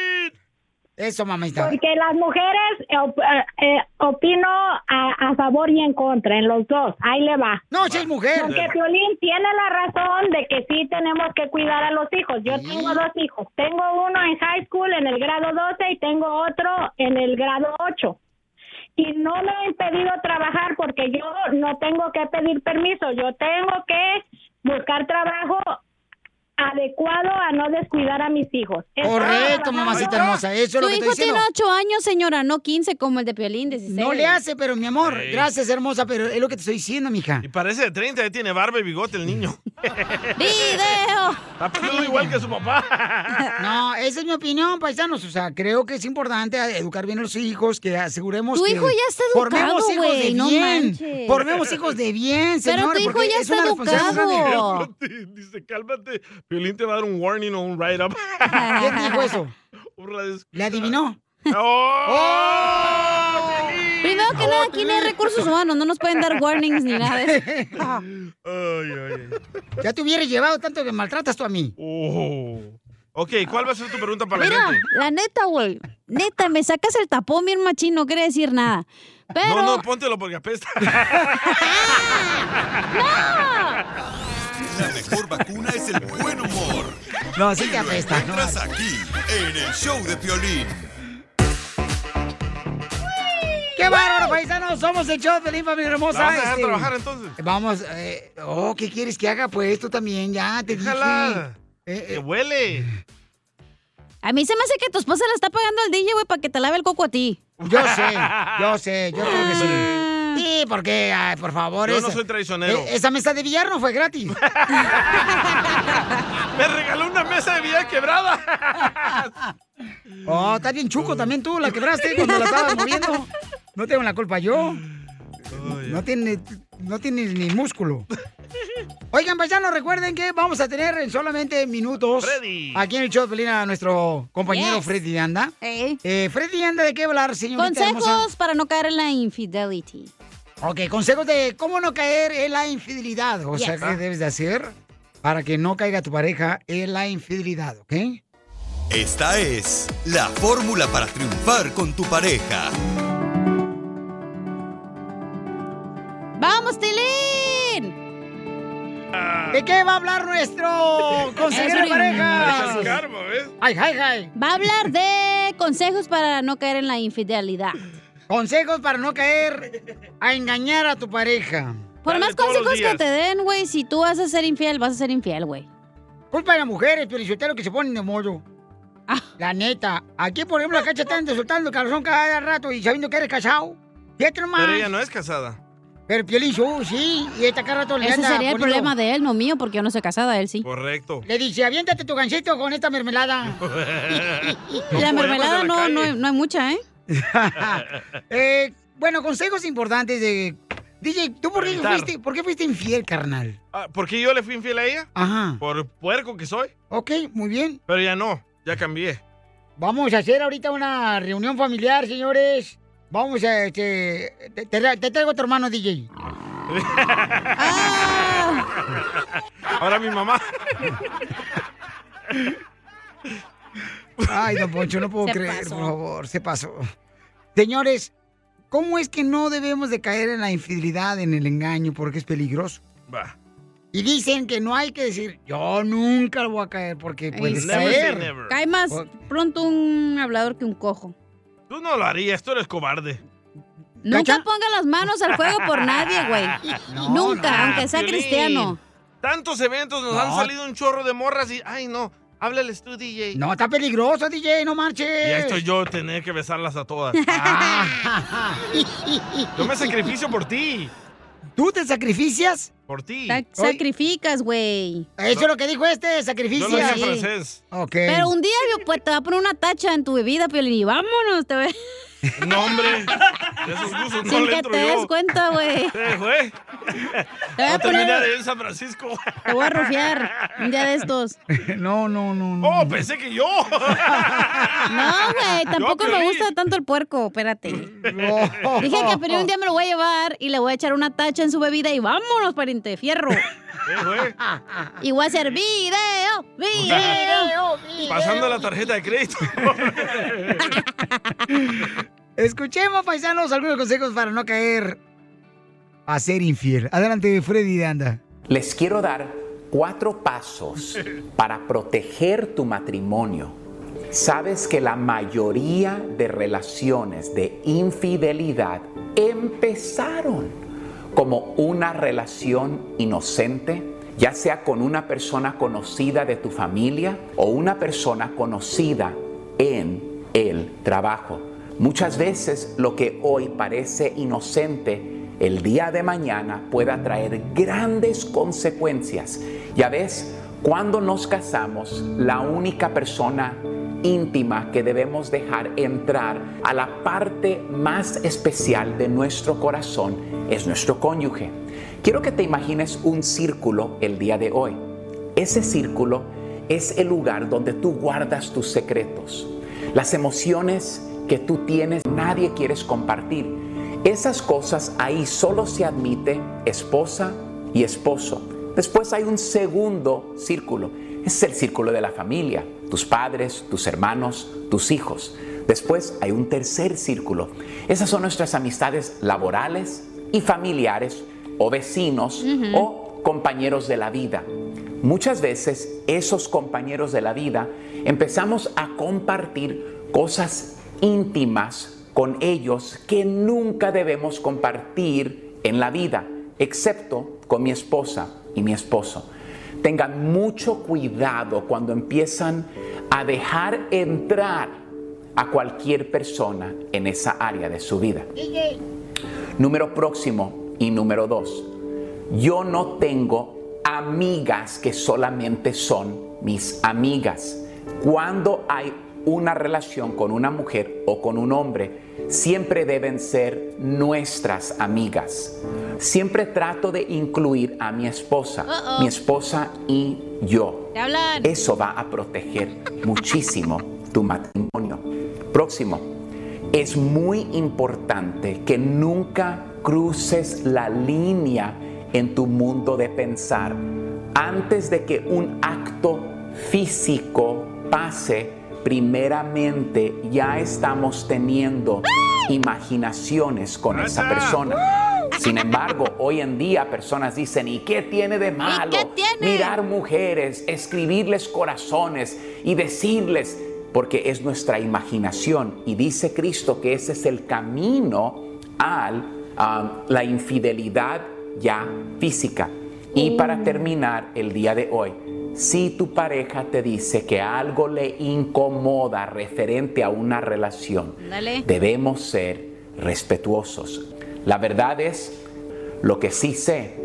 Eso, mamita. Porque las mujeres eh, op- eh, eh, opino a, a favor y en contra, en los dos. Ahí le va. No, si es mujer. Porque Piolín tiene la razón de que sí tenemos que cuidar a los hijos. Yo tengo dos hijos. Tengo uno en high school en el grado 12 y tengo otro en el grado 8. Y no me he impedido trabajar porque yo no tengo que pedir permiso. Yo tengo que buscar trabajo adecuado a no descuidar a mis hijos. Eso Correcto, es mamacita hermosa. Eso es lo tu que hijo estoy diciendo. tiene 8 años, señora, no 15 como el de Piolín, 16. No le hace, pero mi amor, Ey. gracias, hermosa, pero es lo que te estoy diciendo, mija. Parece de 30, ya tiene barba y bigote el niño. ¡Video! Está peludo igual que su papá. No, esa es mi opinión, paisanos. O sea, creo que es importante educar bien a los hijos, que aseguremos Tu que hijo ya está formemos educado, hijos de güey, no bien. manches. formemos hijos de bien, Pero tu señores, hijo porque ya es está una responsabilidad grande. educado. Dice, cálmate. Piolín te va a dar un warning o un write-up. ¿Quién dijo eso? ¿Le adivinó? Oh. Oh. Primero que nada, aquí no hay recursos humanos, no nos pueden dar warnings ni nada de eso. Ya te hubiera llevado tanto que maltratas tú a mí. Oh. Ok, ¿cuál va a ser tu pregunta para la Mira, gente? la neta, güey, neta, me sacas el tapón bien machín, no quiere decir nada. Pero... No, no, póntelo porque apesta. La mejor vacuna es el buen humor. No, sí Y te lo apesta. encuentras aquí, en el show de Piolín. ¡Qué bárbaro, paisanos! Somos el show de Felipe, mi hermosa. ¿La vas a dejar Este, trabajar entonces? Vamos, eh, oh, ¿qué quieres que haga? Pues tú también, ya te dije. Déjala. Eh, Que huele. A mí se me hace que tu esposa le está pagando al DJ, güey, para que te lave el coco a ti. Ah. Yo sé, yo sé, yo creo que sí. Sí, porque, ay, por favor. Yo esa- no soy traicionero. eh, esa mesa de billar no fue gratis. Me regaló una mesa de vida quebrada. Oh, está bien chuco también tú, la quebraste cuando la estabas moviendo. No tengo la culpa yo. No tiene, no tiene ni músculo. Oigan, paisanos, recuerden que vamos a tener en solamente minutos aquí en el show de Pelín a nuestro compañero Yes. Freddy de Anda. Eh, Freddy de Anda, ¿de qué hablar, señorita Consejos hermosa? para no caer en la infidelity. Ok, consejos de cómo no caer en la infidelidad. O sea, Yes. ¿qué debes de hacer para que no caiga tu pareja en la infidelidad, ok? Esta es la fórmula para triunfar con tu pareja. ¡Vamos, Tilín! Ah. ¿De qué va a hablar nuestro consejero de pareja? ¿eh? Ay, ay, ay. Va a hablar de consejos para no caer en la infidelidad. Consejos para no caer a engañar a tu pareja. Por más consejos que te den, güey, si tú vas a ser infiel, vas a ser infiel, güey. Culpa de las mujeres, lo que se ponen de modo. Ah. La neta. Aquí, por ejemplo, la cacha están soltando el calzón cada rato y sabiendo que eres casado. Fíjate nomás. Pero ella no es casada. Pero Piolín, sí, sí, y esta cada rato le Ese anda sería el poniendo- problema de él, no mío, porque yo no soy casada, él sí. Correcto. Le dice, aviéntate tu gancito con esta mermelada. la mermelada no, no, hay- no hay mucha, ¿eh? Eh, bueno, consejos importantes de... DJ, ¿tú por qué, Evitar. fuiste, por qué fuiste infiel, carnal? Ah, ¿Por qué yo le fui infiel a ella? Ajá. Por puerco que soy. Ok, muy bien. Pero ya no, ya cambié. Vamos a hacer ahorita una reunión familiar, señores. Vamos a... Este, te, te- te traigo a tu hermano, DJ. Ah. Ahora mi mamá. Ay, don Poncho, no puedo Se creer, pasó. por favor, se pasó. Señores, ¿cómo es que no debemos de caer en la infidelidad, en el engaño, porque es peligroso? Va. Y dicen que no hay que decir, yo nunca voy a caer porque pues, puedes caer. Cae más Por- pronto un hablador que un cojo. Tú no lo harías, tú eres cobarde. Nunca ponga las manos al fuego por nadie, güey. Nunca, aunque sea Piolín, cristiano. Tantos eventos nos No. han salido un chorro de morras y. Ay, no, háblales tú, DJ. No, está peligroso, DJ, no marches. Y ahí estoy yo, tener Ah. que besarlas a todas. yo me sacrificio por ti. ¿Tú te sacrificias? Por ti. Sa- sacrificas, güey. Eso es lo que dijo este, sacrificias. en francés. Ok. Pero un día yo, pues, te va a poner una tacha en tu bebida, Piolín, y vámonos, te ve. No, hombre. De esos Eh, gustos no Sin le que entro te yo. des cuenta, güey. Eh, güey. Te voy a No termina poner- de en San Francisco. Te voy a rufiar un día de estos. No, no, no. Oh, pensé que yo. No, güey, Yo, tampoco me Piolín. gusta tanto el puerco, espérate. No. Dije que a Piolín un día me lo voy a llevar y le voy a echar una tacha en su bebida y vámonos, pariente, fierro. Eh, Y voy a hacer video, video, video. Pasando la tarjeta de crédito. Escuchemos, paisanos, algunos consejos para no caer a ser infiel. Adelante, Freddy de Anda. Les quiero dar cuatro pasos para proteger tu matrimonio. Sabes que la mayoría de relaciones de infidelidad empezaron como una relación inocente, ya sea con una persona conocida de tu familia o una persona conocida en el trabajo. Muchas veces lo que hoy parece inocente, el día de mañana pueda traer grandes consecuencias. Ya ves, cuando nos casamos, la única persona íntima que debemos dejar entrar a la parte más especial de nuestro corazón es nuestro cónyuge. Quiero que te imagines un círculo el día de hoy. Ese círculo es el lugar donde tú guardas tus secretos, las emociones que tú tienes, nadie quieres compartir. Esas cosas ahí solo se admite esposa y esposo. Después hay un segundo círculo. Es el círculo de la familia, tus padres, tus hermanos, tus hijos. Después hay un tercer círculo. Esas son nuestras amistades laborales y familiares o vecinos Ujú. o compañeros de la vida. Muchas veces esos compañeros de la vida empezamos a compartir cosas íntimas con ellos que nunca debemos compartir en la vida, excepto con mi esposa y mi esposo. Tengan mucho cuidado cuando empiezan a dejar entrar a cualquier persona en esa área de su vida. Número próximo y número dos. Yo no tengo amigas que solamente son mis amigas. Cuando hay una relación con una mujer o con un hombre, siempre deben ser nuestras amigas. Siempre trato de incluir a mi esposa, Uh-oh. mi esposa y yo. Te hablan. Eso va a proteger muchísimo tu matrimonio. Próximo, es muy importante que nunca cruces la línea en tu mundo de pensar. Antes de que un acto físico pase, primeramente ya estamos teniendo imaginaciones con esa persona. Sin embargo, hoy en día personas dicen, ¿y qué tiene de malo mirar mujeres, escribirles corazones y decirles? Porque es nuestra imaginación y dice Cristo que ese es el camino al ah, la infidelidad ya física. Y para terminar el día de hoy, si tu pareja te dice que algo le incomoda referente a una relación, Dale. Debemos ser respetuosos. La verdad es, lo que sí sé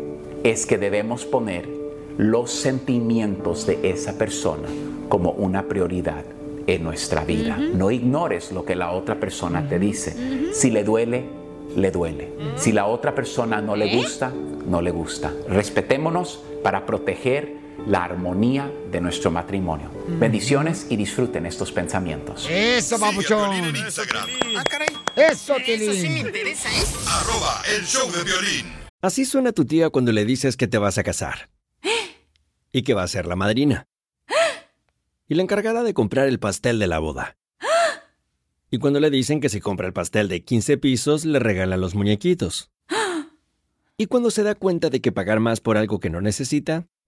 es que debemos poner los sentimientos de esa persona como una prioridad en nuestra vida. No ignores lo que la otra persona te dice. Si le duele, le duele. Si la otra persona no le gusta, no le gusta. Respetémonos para proteger la armonía de nuestro matrimonio. Bendiciones y disfruten estos pensamientos. Eso, papuchón. Instagram, Eso, Tilín. interesa, ¿eh? Arroba el show de violín. Así suena tu tía cuando le dices que te vas a casar. Y que va a ser la madrina. Y la encargada de comprar el pastel de la boda. Y cuando le dicen que si compra el pastel de 15 pisos, le regalan los muñequitos. Y cuando se da cuenta de que pagar más por algo que no necesita,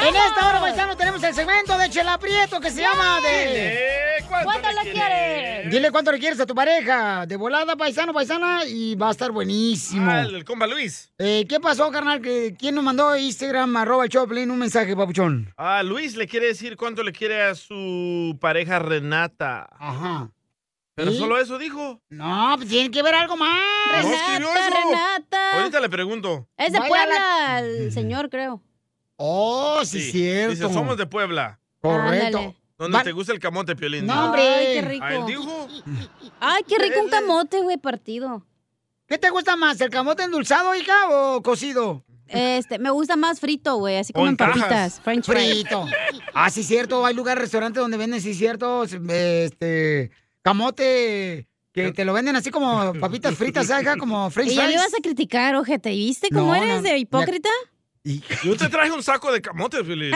En esta hora, paisano, tenemos el segmento de Chela Prieto que se llama de... Dile, ¿cuánto ¿Cuánto le le quieres? quieres? Dile cuánto le quieres a tu pareja. De volada, paisano, paisana, y va a estar buenísimo. Ah, el del compa Luis. Eh, ¿Qué pasó, carnal? ¿Qué- ¿Quién nos mandó Instagram, arroba el Choplin, un mensaje, papuchón? Ah, Luis le quiere decir cuánto le quiere a su pareja Renata. Ajá. Pero ¿Y? solo eso dijo. No, pues tiene que ver algo más. Renata, Renata. Ahorita le pregunto. Es de Vaya Puebla el señor, creo. Oh, sí, es cierto. Dice, somos de Puebla. Correcto. Ándale. Donde te gusta el camote, Piolín. No, dijo. hombre. Ay, qué rico. Ah, él dijo. Ay, qué rico un camote, güey, partido. ¿Qué te gusta más, el camote endulzado, hija, o cocido? Este, me gusta más frito, güey, así como en papitas. French fries. Frito. Ah, sí, cierto. Hay lugares, restaurantes donde venden, sí, cierto, este, camote, que te lo venden así como papitas fritas, hija, como french Y ya fries. me vas a criticar, ojete. ¿Viste cómo No, eres no, de hipócrita? Yo te traje un saco de camote, Piolín.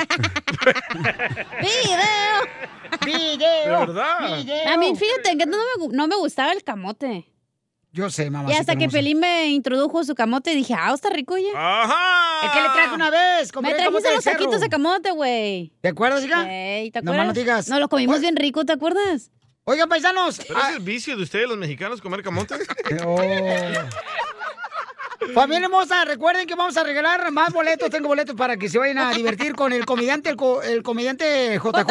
¡Video! ¡Video! De verdad. ¡Video! A mí, fíjate, que no me, gu- no me gustaba el camote. Yo sé, mamá. Y hasta que Pelín me introdujo su camote, dije, ah, está rico, oye. ¡Ajá! Es que le traje una vez. Me compré camote trajiste de los cerro. taquitos de camote, güey. ¿Te acuerdas, hija? Ey, Eh, ¿te Nomás acuerdas? no digas. Nos lo comimos bien rico, ¿te acuerdas? Oigan, paisanos. ¿Pero ese es el vicio de ustedes, los mexicanos, comer camote? Familia hermosa, recuerden que vamos a regalar más boletos. Tengo boletos para que se vayan a divertir con el comediante, el, co- el comediante JJ.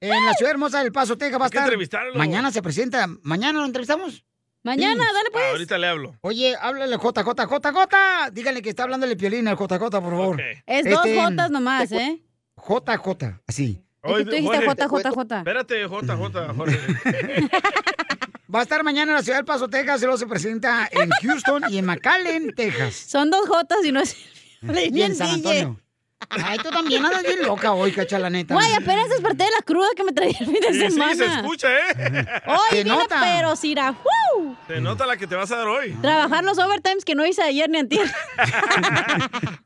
En la ciudad hermosa del Paso, Texas, va a Hay que estar. entrevistarlo. Mañana se presenta. ¿Mañana lo entrevistamos? Mañana, dale pues. Ah, ahorita le hablo. Oye, háblale JJ, JJ. Díganle que está hablándole piolín al JJ, por favor. Este, Es dos Jotas nomás, ¿eh? JJ, así. Es que tú dijiste JJJ. Espérate, JJ, Jorge. Va a estar mañana en la ciudad del Paso, Texas. Y luego se presenta en Houston y en McAllen, Texas. Son dos Jotas y no es... Y en San Antonio. Ay, tú también andas bien loca hoy, cacha, la neta. Güey, apenas desperté de la cruda que me traía el fin de Sí, sí, semana. se escucha, ¿eh? Hoy Se vino nota. pero Sira. ¡Woo! Se nota la que te vas a dar Ah. hoy. Trabajar los overtimes que no hice ayer ni antier.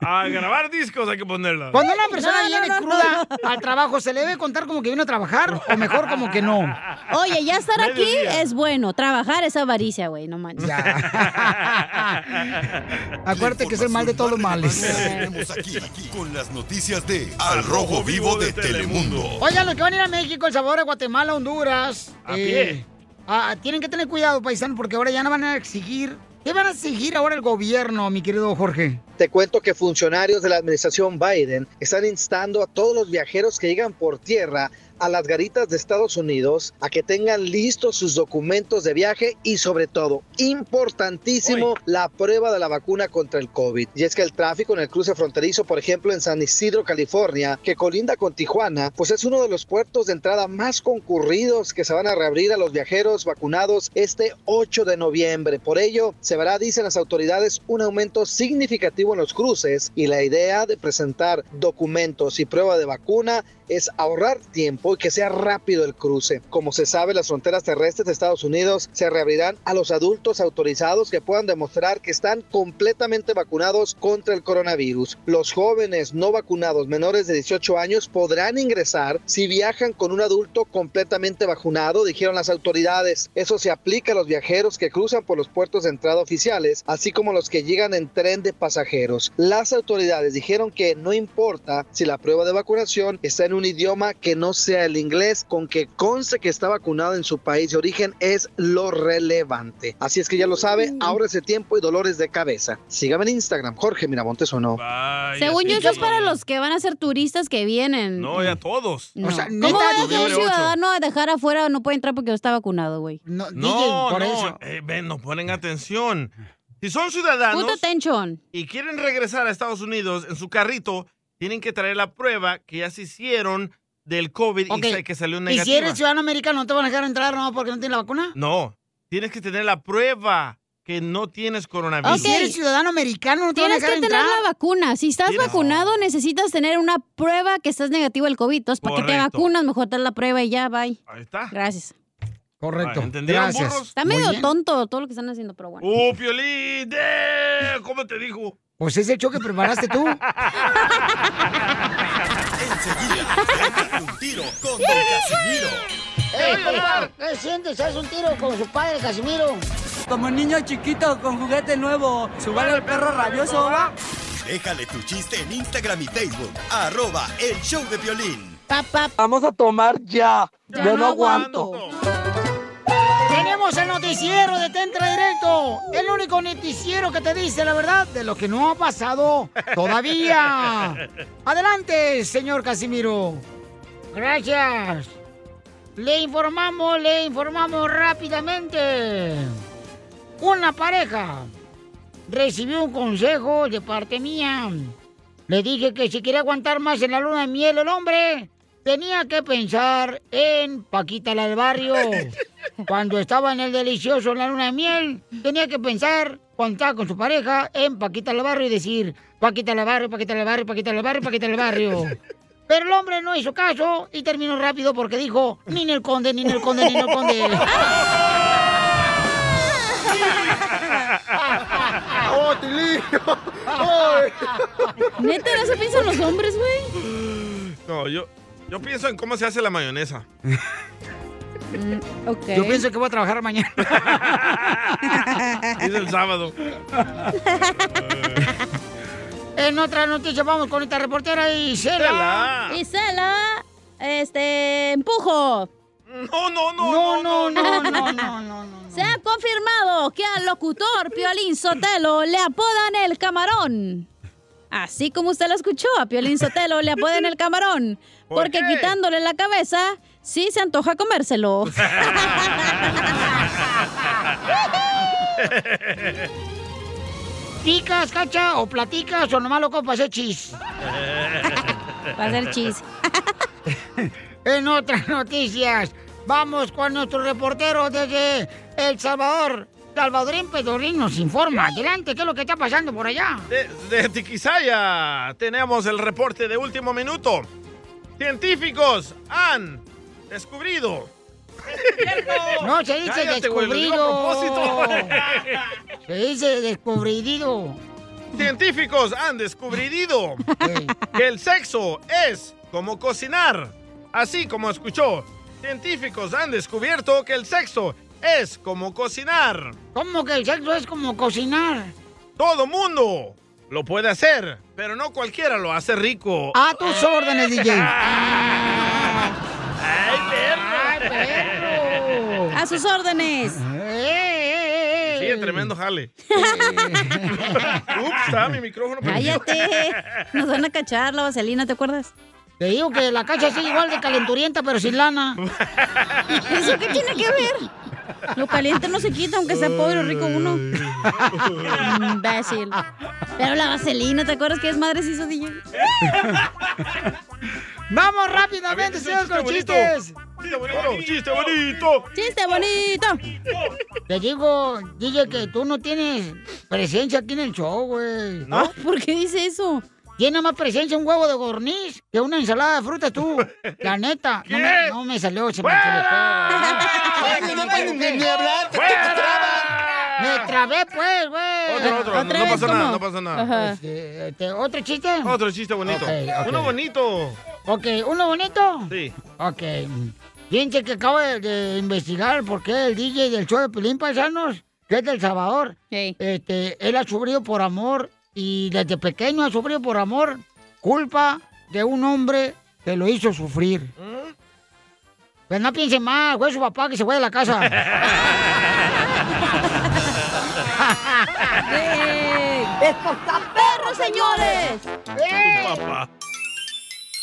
A grabar discos hay que ponerla. Cuando una persona No, no, viene no, cruda al trabajo, ¿se le debe contar como que vino a trabajar o mejor como que no? Oye, ya estar aquí Mediodía. es bueno. Trabajar es avaricia, güey, no manches. Acuérdate que es el mal de todos los males. Tenemos aquí, aquí con las noticias de Al Rojo Vivo de Telemundo. Oigan, los que van a ir a México, El Salvador, a Guatemala, Honduras. A pie. ah, tienen que tener cuidado, paisano, porque ahora ya no van a exigir. ¿Qué van a exigir ahora el gobierno, mi querido Jorge? Te cuento que funcionarios de la administración Biden están instando a todos los viajeros que llegan por tierra a las garitas de Estados Unidos a que tengan listos sus documentos de viaje y sobre todo, importantísimo, la prueba de la vacuna contra el COVID. Y es que el tráfico en el cruce fronterizo, por ejemplo, en San Isidro, California, que colinda con Tijuana, pues es uno de los puertos de entrada más concurridos que se van a reabrir a los viajeros vacunados este 8 de noviembre. Por ello, se verá, dicen las autoridades, un aumento significativo en los cruces y la idea de presentar documentos y prueba de vacuna es ahorrar tiempo y que sea rápido el cruce. Como se sabe, las fronteras terrestres de Estados Unidos se reabrirán a los adultos autorizados que puedan demostrar que están completamente vacunados contra el coronavirus. Los jóvenes no vacunados menores de 18 años podrán ingresar si viajan con un adulto completamente vacunado, dijeron las autoridades. Eso se aplica a los viajeros que cruzan por los puertos de entrada oficiales, así como los que llegan en tren de pasajeros. Las autoridades dijeron que no importa si la prueba de vacunación está en un un idioma que no sea el inglés, con que conste que está vacunado en su país de origen es lo relevante. Así es que ya lo sabe, Mm. ahora ese tiempo y dolores de cabeza. Sígame en Instagram, Jorge Miramontes o no. Según yo, eso es para los que van a ser turistas que vienen. No, ya todos. No. ¿Cómo va a ser un ciudadano a dejar afuera no puede entrar porque no está vacunado, güey? No, No, no, eh, ven, no ponen atención. Si son ciudadanos Puta tensión. y quieren regresar a Estados Unidos en su carrito, tienen que traer la prueba que ya se hicieron del COVID Ok. y sa- que salió Y negativa. si eres ciudadano americano, ¿no te van a dejar entrar no porque no tienes la vacuna? No, tienes que tener la prueba que no tienes coronavirus. Y si eres ciudadano americano, ¿no te van a Tienes dejar que tener entrar? la vacuna. Si estás vacunado, necesitas tener una prueba que estás negativo al COVID. Entonces, ¿para qué te Correcto. vacunas? Mejor te das la prueba y ya, bye. Ahí está. Gracias. Correcto. Ah, ¿entendieron, Gracias. burros? Está Muy medio bien. tonto todo lo que están haciendo, pero bueno. ¡Uh, Piolín! ¡Eh! ¿Cómo te digo? Pues es el show que preparaste tú. Un tiro con Don Casimiro. ¡Ey, compa! ¿Qué sientes? ¿Haz un tiro con su padre, Casimiro? Como un niño chiquito con juguete nuevo, subale al perro rabioso, va. Déjale tu chiste en Instagram y Facebook. Arroba el show de violín. Vamos a tomar ya. Ya Yo no no aguanto. Tenemos el noticiero de Tentra Directo. El único noticiero que te dice la verdad de lo que no ha pasado todavía. Adelante, señor Casimiro. Gracias. Le informamos, le informamos rápidamente. Una pareja recibió un consejo de parte mía. Le dije que si quería aguantar más en la luna de miel el hombre, tenía que pensar en Paquita la del barrio. Cuando estaba en el delicioso en la luna de miel, tenía que pensar cuando estaba con su pareja en Paquita la barrio y decir, Paquita la barrio, Paquita la barrio, Paquita la barrio, Paquita la barrio. Pero el hombre no hizo caso y terminó rápido porque dijo, ni en el conde, ni en el conde, ni en el conde. ¡Oh, Tilillo! ¡Ay! Neta, no se piensan los hombres, güey. No, yo, yo pienso en cómo se hace la mayonesa. ok. Yo pienso que voy a trabajar mañana. Es el sábado. En otra noticia vamos con esta reportera Isela. Y Isela, este, empujo. No, no, no, no, no, no, no, Se ha confirmado que al locutor Piolín Sotelo le apodan el camarón. Así como usted lo escuchó, a Piolín Sotelo le apodan el camarón. ¿Por Porque qué? quitándole la cabeza, sí se antoja comérselo. ¿Picas, cacha? ¿O platicas? ¿O nomás lo copas hacer chis? Va a ser chis. en otras noticias, vamos con nuestro reportero desde El Salvador. Salvadorín Pedorín nos informa. Adelante, ¿qué es lo que está pasando por allá? Desde Tiquisaya tenemos el reporte de último minuto. Científicos han descubrido. No, se dice Cállate, güey, lo digo a descubrido. propósito. Se dice descubrido. Científicos han descubrido que el sexo es como cocinar. Así como escuchó, científicos han descubierto que el sexo es como cocinar. ¿Cómo que el sexo es como cocinar? Todo mundo lo puede hacer, pero no cualquiera lo hace rico. Ah. A tus órdenes, DJ. ¡Ay, perro! A sus órdenes. Sí, tremendo jale. Ups, estaba mi micrófono. prendido. Cállate. Nos van a cachar la vaselina, ¿te acuerdas? Te digo que la cacha es igual de calenturienta, pero sin lana. ¿Eso qué tiene que ver? Lo caliente no se quita, aunque sea pobre o rico uno. Imbécil. Pero la vaselina, ¿te acuerdas que es madre se hizo DJ? Vamos rápidamente, señores, con los chistes. Chiste bonito, chiste bonito. Chiste bonito. Te digo, DJ, que tú no tienes presencia aquí en el show, güey. ¿No? ¿Por qué dice eso? Tiene más presencia un huevo de gorniz que una ensalada de frutas tú. La neta. No me, no me salió, se me Oye, no pueden ni- ni hablar, te- te Me trabé, pues, güey. Otro, otro, no, no pasa nada, no pasa nada. Este, este, ¿Otro chiste? Otro chiste bonito. Ok, ok. Uno bonito. Ok, ¿uno bonito? Sí. Ok. Fíjense que acabo de, de investigar por qué el DJ del show de Pelín Paisanos, que es del Salvador, este, él ha sufrido por amor y desde pequeño ha sufrido por amor culpa de un hombre Te lo hizo sufrir. Pues no piense más, fue su papá que se fue de la casa. ¡Esto está perro, señores!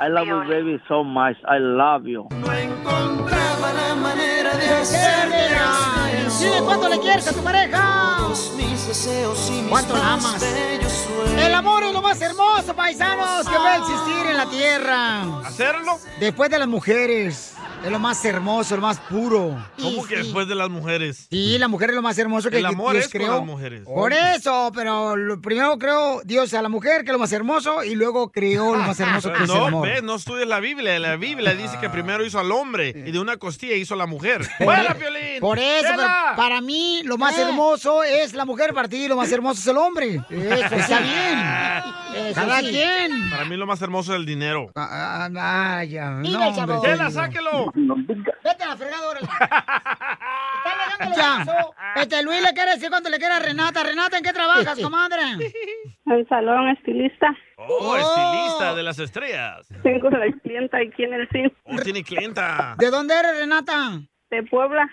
I love you, baby, so much. I love you. Eh, Dile cuánto le quieres a tu pareja. ¿Cuánto la amas? El amor es lo más hermoso, paisanos, que va a existir en la tierra. ¿Hacerlo? Después de las mujeres. Es lo más hermoso, lo más puro. ¿Cómo que después de las mujeres? Sí, la mujer es lo más hermoso que El amor Dios es con creó. las mujeres. Por eso, pero lo primero creó Dios a la mujer, que es lo más hermoso, y luego creó lo más hermoso que es el No, amor. Ah. ves, no estudies la Biblia. La Biblia dice que primero hizo al hombre y de una costilla hizo a la mujer. ¡Fuera, Piolín! Por eso, pero ¡Fuera! para mí lo Eh. más hermoso es la mujer, para ti lo más hermoso es el hombre. Eso está bien. Eso Cada sí. quien. Para mí lo más hermoso es el dinero. Ah, Vaya, no, Mira, chavo. hombre. Tela, sáquelo. Vete a la fregada, órale. Está regando Ya. el brazo. Este Luis le quiere decir cuánto le quiere a Renata. Renata, ¿en qué trabajas, comadre? El salón estilista. Oh, estilista de las estrellas. Tengo la clienta aquí en el CIN. Oh, tiene clienta. ¿De dónde eres, Renata? De Puebla.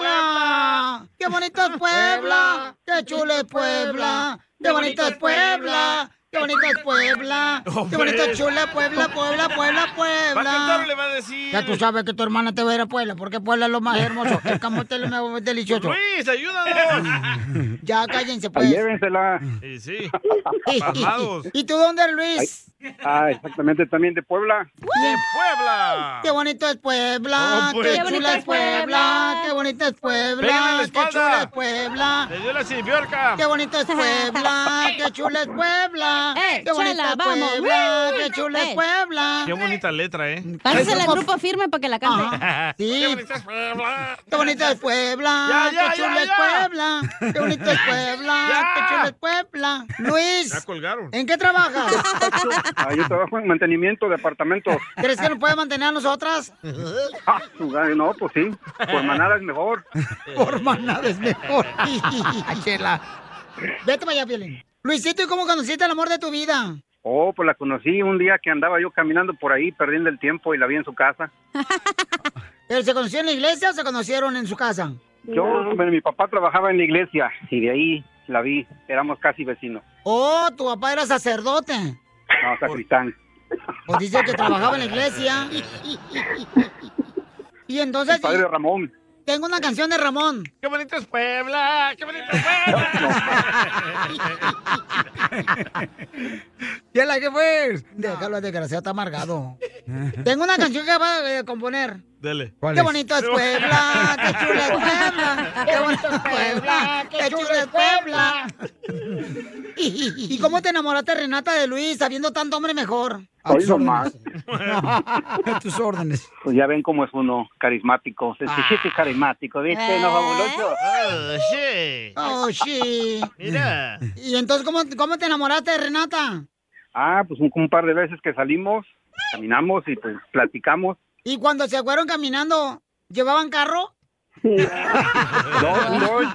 ¡Puebla! ¡Qué bonito es Puebla! ¡Qué chulo es Puebla! ¡Qué bonito es Puebla! ¡Qué bonito es Puebla! ¡Qué bonito es chula Puebla, Puebla, Puebla, Va a cantar o le Puebla! va a decir. Ya tú sabes que tu hermana te va a ir a Puebla, porque Puebla es lo más hermoso. El camote es lo más delicioso. Luis, ayúdanos. Ya cállense, pues. Ah, Llévensela. Sí, sí. Bajados. ¿Y tú dónde eres, Luis? Ah, exactamente, también de Puebla. ¡De Puebla! ¡Qué bonito es Puebla! Oh, pues. ¡Qué chula es Puebla! ¡Qué bonito es Pégale en la Puebla! ¡Qué espalda. chula es Puebla! Le dio la siripiorca. ¡Qué bonito es Puebla! ¡Qué chula es Puebla! ¡Qué bonito chela, Eh, es vamos! Puebla! ¡Woo! ¡Qué chula es Eh. Puebla! Qué bonita letra, ¿eh? Pásale al grupo firme para que la cante. Ajá. Sí. Qué bonita es Puebla. ¡Qué bonito es Puebla! Ya, ya, ¡Qué chula ya, es ya. Puebla! ¡Qué bonito es Puebla! ¡Qué chula es Puebla! Ya Luis, colgaron. ¿en qué trabajas? Ah, yo trabajo en mantenimiento de apartamentos. ¿Crees que nos puede mantener a nosotras? Ah, su gallo, no, pues sí. Por manada es mejor. Por manada es mejor. Chela. Vete para allá, Piolín. Luisito, ¿y cómo conociste el amor de tu vida? Oh, pues la conocí un día que andaba yo caminando por ahí, perdiendo el tiempo, y la vi en su casa. ¿Pero se conocieron en la iglesia o se conocieron en su casa? Yo, bueno, mi papá trabajaba en la iglesia, y de ahí la vi. Éramos casi vecinos. Oh, tu papá era sacerdote. No, sacristán. Pues dice que trabajaba en la iglesia. Y entonces El padre Ramón. tengo una canción de Ramón. ¡Qué bonito es Puebla! ¡Qué bonito es Puebla! ¿Y la que fue? Déjalo, desgraciado, está amargado. Tengo una canción que va a eh, componer. Dele. Qué bonito es Puebla, qué chula es Puebla, qué bonito es Puebla, qué chula es Puebla. ¿Y cómo te enamoraste, Renata, de Luis, habiendo tanto hombre mejor? Hoy nomás. A tus órdenes. Ah. Pues ya ven cómo es uno carismático. Es que sí es carismático, ¿viste? No, ¿Eh? fabuloso. Oh, sí. Oh, sí. Mira. ¿Y entonces cómo, cómo te enamoraste de Renata? Ah, pues un, un par de veces que salimos, caminamos y pues platicamos. ¿Y cuando se fueron caminando, llevaban carro? No, no,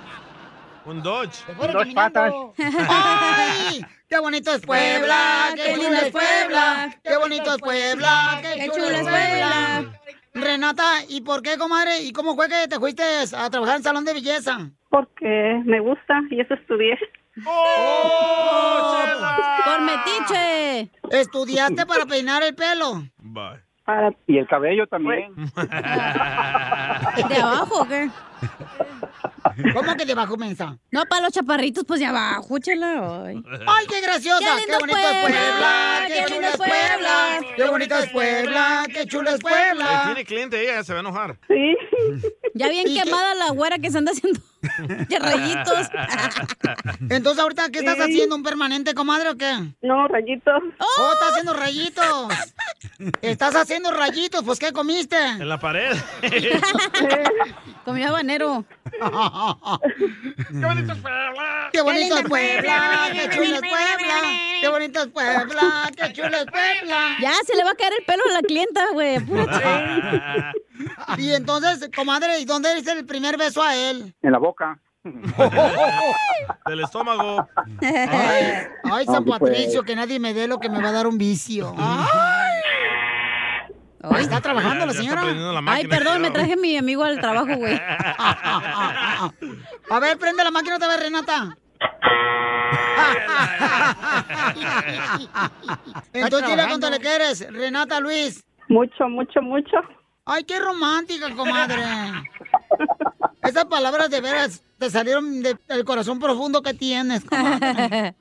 Un Dodge. Dos patas. ¡Ay! ¡Qué bonito es Puebla! ¡Qué chula es Puebla! ¡Qué bonito es Puebla! ¡Qué chula es Puebla! Renata, ¿y por qué, comadre? ¿Y cómo fue que te fuiste a trabajar en salón de belleza? Porque me gusta y eso estudié. ¡Oh, Por metiche. ¿Estudiaste para peinar el pelo? Ah, Y el cabello también. ¿De abajo o qué? ¿Cómo que de abajo, mensa? No, para los chaparritos, pues de abajo, chela. Ay, ¡Ay, qué graciosa! ¡Qué, bonito es Puebla! Ah, ¡Qué chula es Puebla! ¡Qué bonito es Puebla! ¡Qué chula es Eh, Puebla! tiene cliente ella, se va a enojar. Sí. Ya bien quemada la güera que se anda haciendo de rayitos. Entonces, ahorita, ¿qué estás Sí. haciendo? ¿Un permanente, comadre, o qué? No, rayitos. ¡Oh, estás haciendo rayitos! Estás haciendo rayitos, pues, ¿qué comiste? En la pared. Comió habanero. ¡Qué bonito es Puebla! ¡Qué bonito es Puebla! ¡Qué chulo es Puebla! ¡Qué bonito es Puebla! ¡Qué chulo es Puebla! Ya se le va a caer el pelo a la clienta, güey. Puro Y entonces, comadre, ¿y dónde es el primer beso a él? En la boca. Del estómago. Ay, ay, San Aunque pues. Patricio, que nadie me dé lo que me va a dar un vicio. Ay, está trabajando la Ya, ya está señora. prendiendo la máquina, Ay, perdón, me claro. traje mi amigo al trabajo, güey. a ver, prende la máquina otra vez, Renata. Entonces dile cuánto le quieres, Renata Luis. Mucho, mucho, mucho. Ay, qué romántica, comadre. Esas palabras de veras te salieron de- del corazón profundo que tienes, comadre.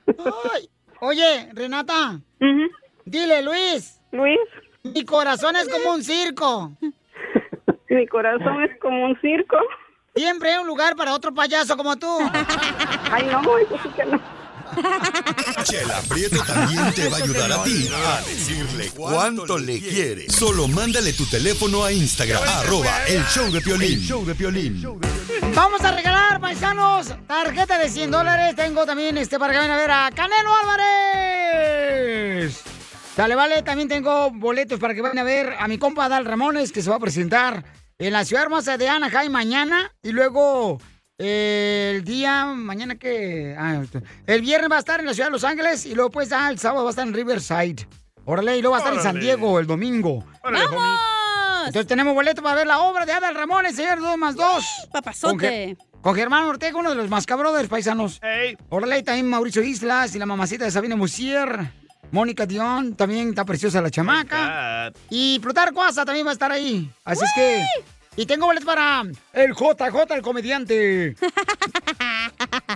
Ay. Oye, Renata. Dile, Luis. Luis. Mi corazón es como un circo. Mi corazón es como un circo. Siempre hay un lugar para otro payaso como tú. Ay, no, eso sí que no. Chela Prieto también te va a ayudar a ti a decirle cuánto le quiere. Solo mándale tu teléfono a Instagram, arroba el show de Piolín. show de Vamos a regalar, paisanos, tarjeta de 100 dólares. Tengo también este para que vayan a ver a Canelo Álvarez. Dale, vale, también tengo boletos para que vayan a ver a mi compa Dal Ramones, que se va a presentar en la ciudad hermosa de Anaheim mañana. Y luego eh, el día, mañana que... ah, el viernes va a estar en la ciudad de Los Ángeles y luego pues ah, el sábado va a estar en Riverside. Órale, y luego va a estar en San Órale. Diego el domingo. Entonces tenemos boleto para ver la obra de Adal Ramones, señor 2 más 2. Con, Ge- Papazote. con Germán Ortega, uno de los más cabrones paisanos. Órale, y también Mauricio Islas y la mamacita de Sabina Musier. Mónica Dion, también está preciosa la chamaca. Y Plutarco Asa también va a estar ahí. Así es que... Y tengo boleto para el JJ, el comediante.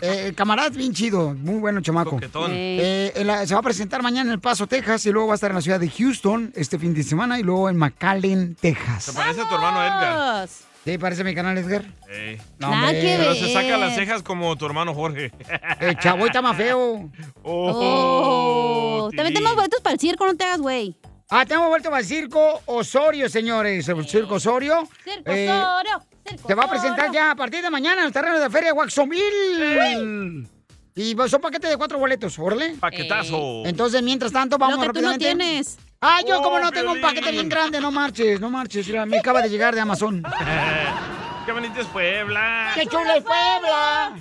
Eh, el camarada es bien chido, muy bueno chamaco. Coquetón. Ey. Eh, en la- se va a presentar mañana en El Paso, Texas, y luego va a estar en la ciudad de Houston este fin de semana, y luego en McAllen, Texas. Se parece a tu hermano Edgar. ¿Te parece mi canal, Edgar? Ey. No, Nada hombre. que Pero se ver. saca las cejas como tu hermano Jorge. El chavo está más feo. Oh, También tenemos boletos para el circo, no te hagas, güey. Ah, tenemos vuelto para el circo Osorio, señores. El circo Osorio. Circo Eh, Osorio, circo Se va a presentar ya a partir de mañana en el terreno de la Feria de Waxomil. Y pues, son paquetes de cuatro boletos, órale. Paquetazo. Entonces, mientras tanto, vamos Eh. Lo que tú no rápidamente. tienes. Ah, yo como Oh, no tengo un Piolín. paquete bien grande, no marches, no marches. Mira, me acaba de llegar de Amazon. ¡Qué bonito es Puebla! ¡Qué chula es Puebla!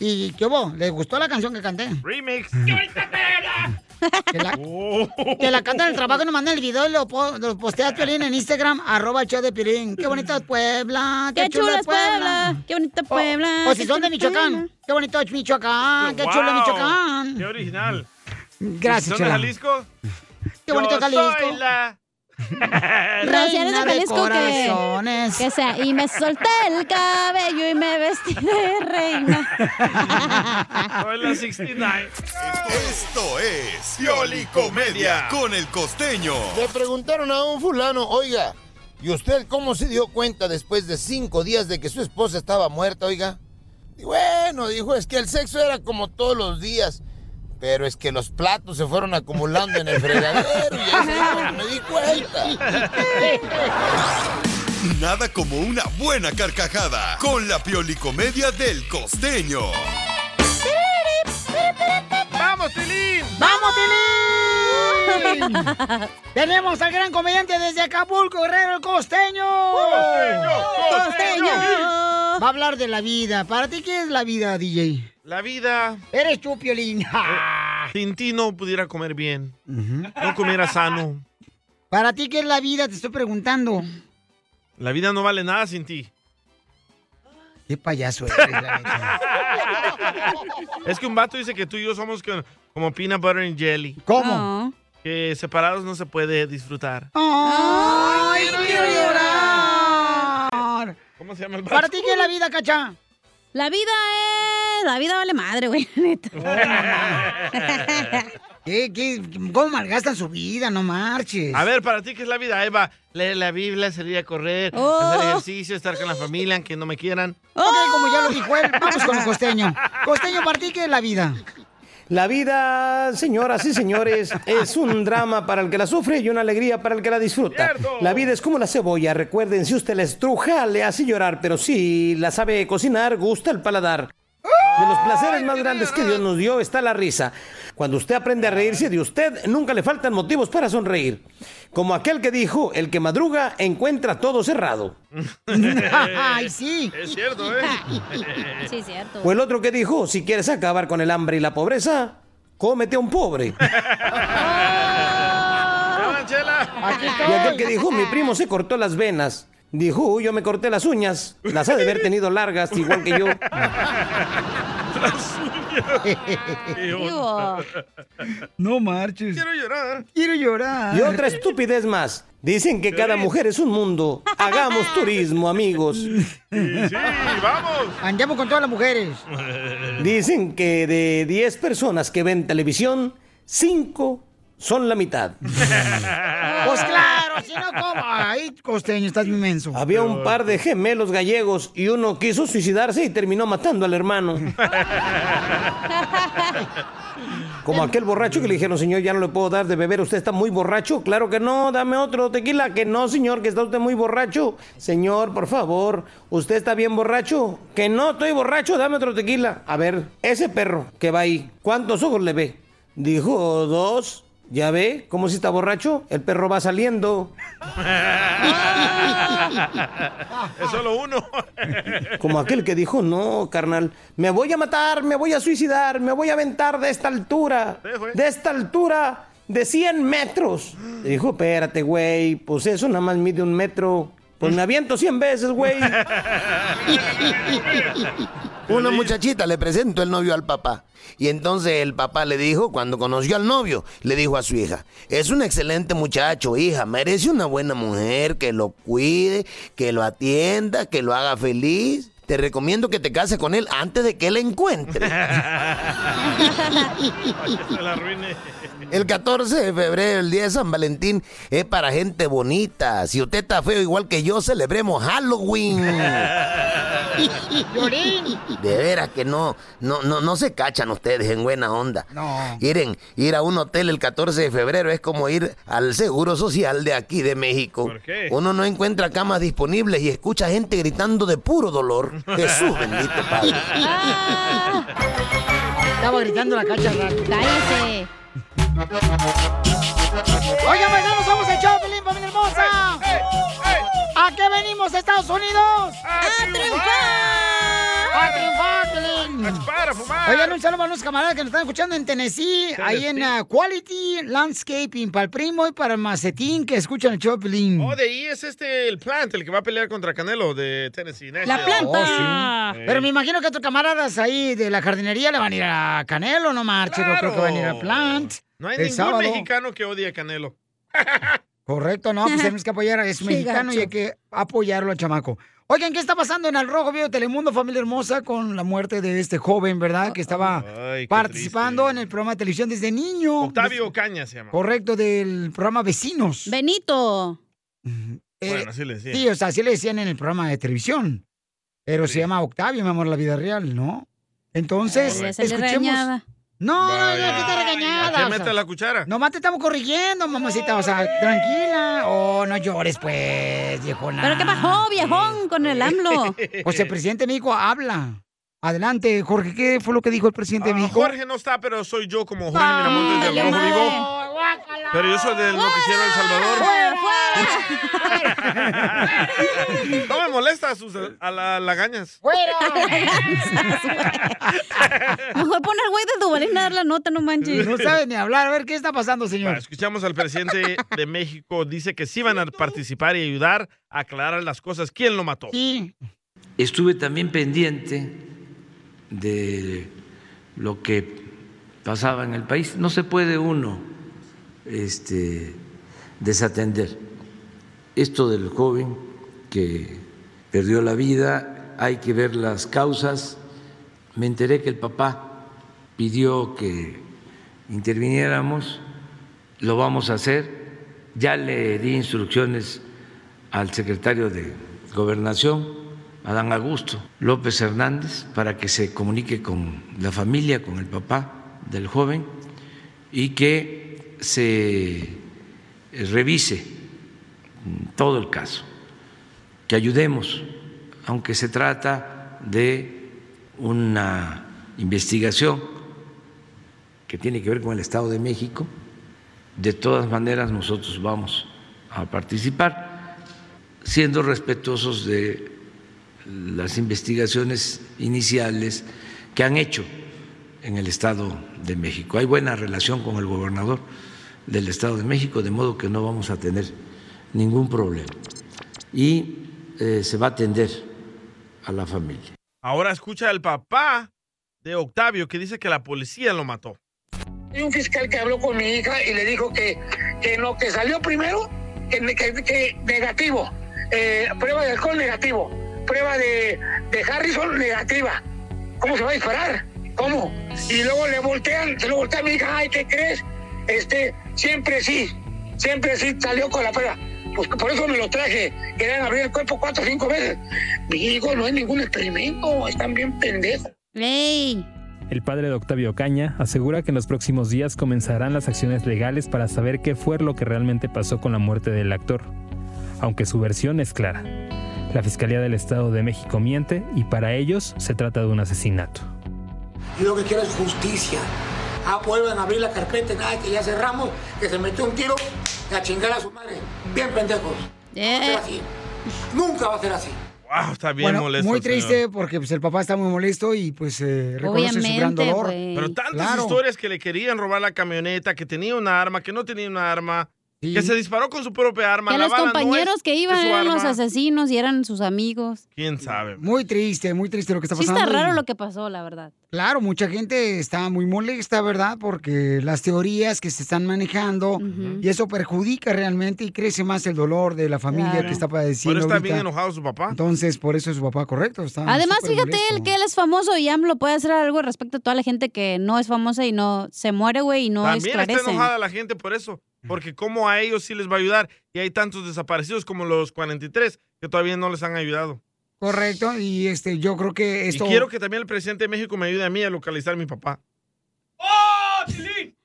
¿Y qué hubo? ¿Les gustó la canción que canté? Remix. Que la, Oh. que la canta en el trabajo y nos mandan el video y lo, po- lo posteas Piolín en Instagram, arroba el show de Piolín. ¡Qué bonito es Puebla! ¡Qué, Qué chulo chula es es Puebla, Puebla! qué bonito Puebla, O, o si qué son chula de es Michoacán. Puebla. ¡Qué bonito es Michoacán! Ah, ¡Qué chulo es Wow, Michoacán! ¡Qué original! Gracias, ¿Son de Chela. Jalisco? ¡Qué bonito Yo es Jalisco! soy la- No, si eres de Reina de Jalisco que, corazones. que sea. Y me solté el cabello y me vestí de reina. Soy la 69. Esto es Pioli Comedia con el costeño. Le preguntaron a un fulano, oiga, ¿y usted cómo se dio cuenta después de cinco días de que su esposa estaba muerta, oiga? Y bueno, dijo, es que el sexo era como todos los días, pero es que los platos se fueron acumulando en el fregadero y ahí fue cuando me di cuenta. Nada como una buena carcajada con la Pioli Comedia del costeño. ¡Vamos, Tilín! ¡Vamos, Tilín! Tenemos al gran comediante desde Acapulco, Guerrero el Costeño. ¡Costeño, costeño! Va a hablar de la vida. ¿Para ti qué es la vida, DJ? La vida. Eres tú, Piolín. Sin ti no pudiera comer bien. No comiera sano. ¿Para ti qué es la vida? Te estoy preguntando. La vida no vale nada sin ti. Qué payaso eres, la neta. Es que un vato dice que tú y yo somos que- como peanut butter and jelly. ¿Cómo? Que separados no se puede disfrutar. ¡Ay, quiero llorar! ¿Cómo se llama el vato? ¿Para ti qué es la vida, Cacha? La vida es... La vida vale madre, güey. ¿Qué, qué, Eh, ¿Cómo malgastan su vida? No marches. A ver, para ti, ¿qué es la vida, Eva? Leer la Biblia, salir a correr, Oh. hacer ejercicio, estar con la familia, aunque no me quieran. Ok, como ya lo dijo él, vamos con el costeño. Costeño, ¿para ti qué es la vida? La vida, señoras y señores, es un drama para el que la sufre y una alegría para el que la disfruta. La vida es como la cebolla, recuerden, si usted la estruja, le hace llorar, pero si la sabe cocinar, gusta el paladar. De los placeres más grandes que Dios nos dio está la risa. Cuando usted aprende a reírse de usted, nunca le faltan motivos para sonreír. Como aquel que dijo, el que madruga encuentra todo cerrado. Ay, sí. Pues Es cierto, ¿eh? Sí, cierto. O el otro que dijo, si quieres acabar con el hambre y la pobreza, cómete a un pobre. Y aquel que dijo, mi primo se cortó las venas. Dijo, "Uy, yo me corté las uñas. Las ha de haber tenido largas, igual que yo. No marches. Quiero llorar. Quiero llorar. Y otra estupidez más. Dicen que cada mujer es un mundo. Hagamos turismo, amigos. vamos. Andemos con todas las mujeres. Dicen que de 10 personas que ven televisión, 5 son la mitad. Pues claro, si no, ¿cómo? Ay, costeño, estás inmenso. Había un par de gemelos gallegos y uno quiso suicidarse y terminó matando al hermano. Como aquel borracho que le dijeron, señor, ya no le puedo dar de beber, usted está muy borracho. Claro que no, dame otro tequila. Que no, señor, que está usted muy borracho. Señor, por favor, usted está bien borracho. Que no, estoy borracho, dame otro tequila. A ver, ese perro que va ahí, ¿cuántos ojos le ve? Dijo, dos. Ya ve, ¿cómo si está borracho? El perro va saliendo. es solo uno. Como aquel que dijo, no, carnal, me voy a matar, me voy a suicidar, me voy a aventar de esta altura, de esta altura de 100 metros. Y dijo, espérate, güey, pues eso nada más mide un metro. Pues me aviento 100 veces, güey. Una muchachita le presentó el novio al papá. Y entonces el papá le dijo, cuando conoció al novio, le dijo a su hija, es un excelente muchacho, hija, merece una buena mujer que lo cuide, que lo atienda, que lo haga feliz. Te recomiendo que te cases con él antes de que él encuentre. Se la arruine. El 14 de febrero, el día de San Valentín, es para gente bonita. Si usted está feo igual que yo, celebremos Halloween. Llorín. De veras que no, no, no, no se cachan ustedes en buena onda. No. Miren, ir a un hotel el 14 de febrero es como ir al Seguro Social de aquí de México. qué? Uno no encuentra camas disponibles y escucha gente gritando de puro dolor. Jesús bendito Padre. Estaba gritando la cacha rato. Cállese. Oigan, paisanos, somos el show, Pelín, familia hermosa. ¿A qué venimos, Estados Unidos? ¡A triunfar! ¡A triunfar, Pelín! Oigan, un saludo a los camaradas que nos están escuchando en Tennessee, ahí en uh, Quality Landscaping, para el primo y para el macetín que escuchan el show, Pelín. Oh, de ahí es este, el plant, el que va a pelear contra Canelo de Tennessee. ¡La Oh, planta! Eh, Pero me imagino que tus camaradas ahí de la jardinería le van a ir a Canelo, no marche, yo creo que van a ir a Plant. No hay el ningún sábado. mexicano que odie a Canelo. Correcto, no, pues tenemos que apoyar, es Qué mexicano y hay gacho. que apoyarlo al chamaco. Oigan, ¿qué está pasando en el Rojo Vivo de Telemundo, familia hermosa, con la muerte de este joven, verdad? Que estaba Ay, qué participando en el programa de televisión desde niño. Octavio Caña se llama. Correcto, del programa Vecinos. Benito. Eh, Bueno, así le decía. Sí, o sea, así le decían en el programa de televisión. Pero se llama Octavio, mi amor, la vida real, ¿no? Entonces, Ay, ya salió escuchemos. regañada. No, no, no, Vaya. que está regañada. ¿A qué o sea. mete la cuchara? Nomás te estamos corrigiendo, mamacita. O sea, tranquila. Oh, no llores, pues, viejona. ¿Pero qué pasó, viejón, con el AMLO? Pues el presidente de México habla. Adelante, Jorge, ¿qué fue lo que dijo el presidente de México? Ah, Jorge no está, pero soy yo como Jorge Miramontes del Rojo Vivo. Pero yo soy del Noticiero El Salvador. No me molesta a, sus, a la- lagañas. Mejor pon al güey de Duvalín a dar la nota, no manches. No sabe ni hablar. A ver, ¿qué está pasando, señor? Escuchamos al presidente de México, dice que sí van a participar y ayudar a aclarar las cosas. ¿Quién lo mató? Sí. Estuve también pendiente de lo que pasaba en el país. No se puede uno este, desatender. Esto del joven que perdió la vida, hay que ver las causas. Me enteré que el papá pidió que interviniéramos, lo vamos a hacer. Ya le di instrucciones al secretario de Gobernación, Adán Augusto López Hernández, para que se comunique con la familia, con el papá del joven y que se eh, revise todo el caso, que ayudemos, aunque se trata de una investigación que tiene que ver con el Estado de México, de todas maneras nosotros vamos a participar, siendo respetuosos de las investigaciones iniciales que han hecho en el Estado de México. Hay buena relación con el gobernador del Estado de México, de modo que no vamos a tener ningún problema. Y eh, se va a atender a la familia. Ahora escucha al papá de Octavio que dice que la policía lo mató. Hay un fiscal que habló con mi hija y le dijo que, que no, que salió primero, que, que- que negativo, eh, prueba de alcohol negativo, prueba de, de Harrison negativa. ¿Cómo se va a disparar? ¿Cómo? Y luego le voltean, se lo voltea a mi hija, ay, ¿qué crees? Este, siempre sí, siempre sí salió con la prueba. Pues por eso me lo traje, querían abrir el cuerpo cuatro o cinco veces. Mi hijo no es ningún experimento, están bien pendejos. El padre de Octavio Caña asegura que en los próximos días comenzarán las acciones legales para saber qué fue lo que realmente pasó con la muerte del actor, aunque su versión es clara. La Fiscalía del Estado de México miente y para ellos se trata de un asesinato. Yo lo que quiero es justicia. Ah, vuelvan a abrir la carpeta, nada, que ya cerramos, que se metió un tiro, que a chingar a su madre. Bien pendejos. No va a ser así. Nunca va a ser así. Wow, Ah, está bien Bueno, molesto. muy el señor. triste porque pues, el papá está muy molesto y pues eh, reconoce su gran Obviamente, dolor. pues. Pero tantas Claro. historias que le querían robar la camioneta, que tenía una arma, que no tenía una arma, que se disparó con su propia arma. Que la los bala no compañeros es que iban de su eran los arma. asesinos y eran sus amigos. ¿Quién sabe? Muy triste, muy triste lo que está Sí pasando. está y- raro lo que pasó, la verdad. Claro, mucha gente está muy molesta, ¿verdad? Porque las teorías que se están manejando y eso perjudica realmente y crece más el dolor de la familia Claro. que está padeciendo. Pero está ahorita. bien enojado su papá. Entonces, por eso es su papá correcto. Está Además, súper fíjate molesto. él que él es famoso y AMLO puede hacer algo respecto a toda la gente que no es famosa y no se muere, güey, y no También está esclarece. enojada la gente por eso, porque como a ellos sí les va a ayudar y hay tantos desaparecidos como los 43 que todavía no les han ayudado. Correcto, y este, yo creo que esto. Y quiero que también el presidente de México me ayude a mí a localizar a mi papá.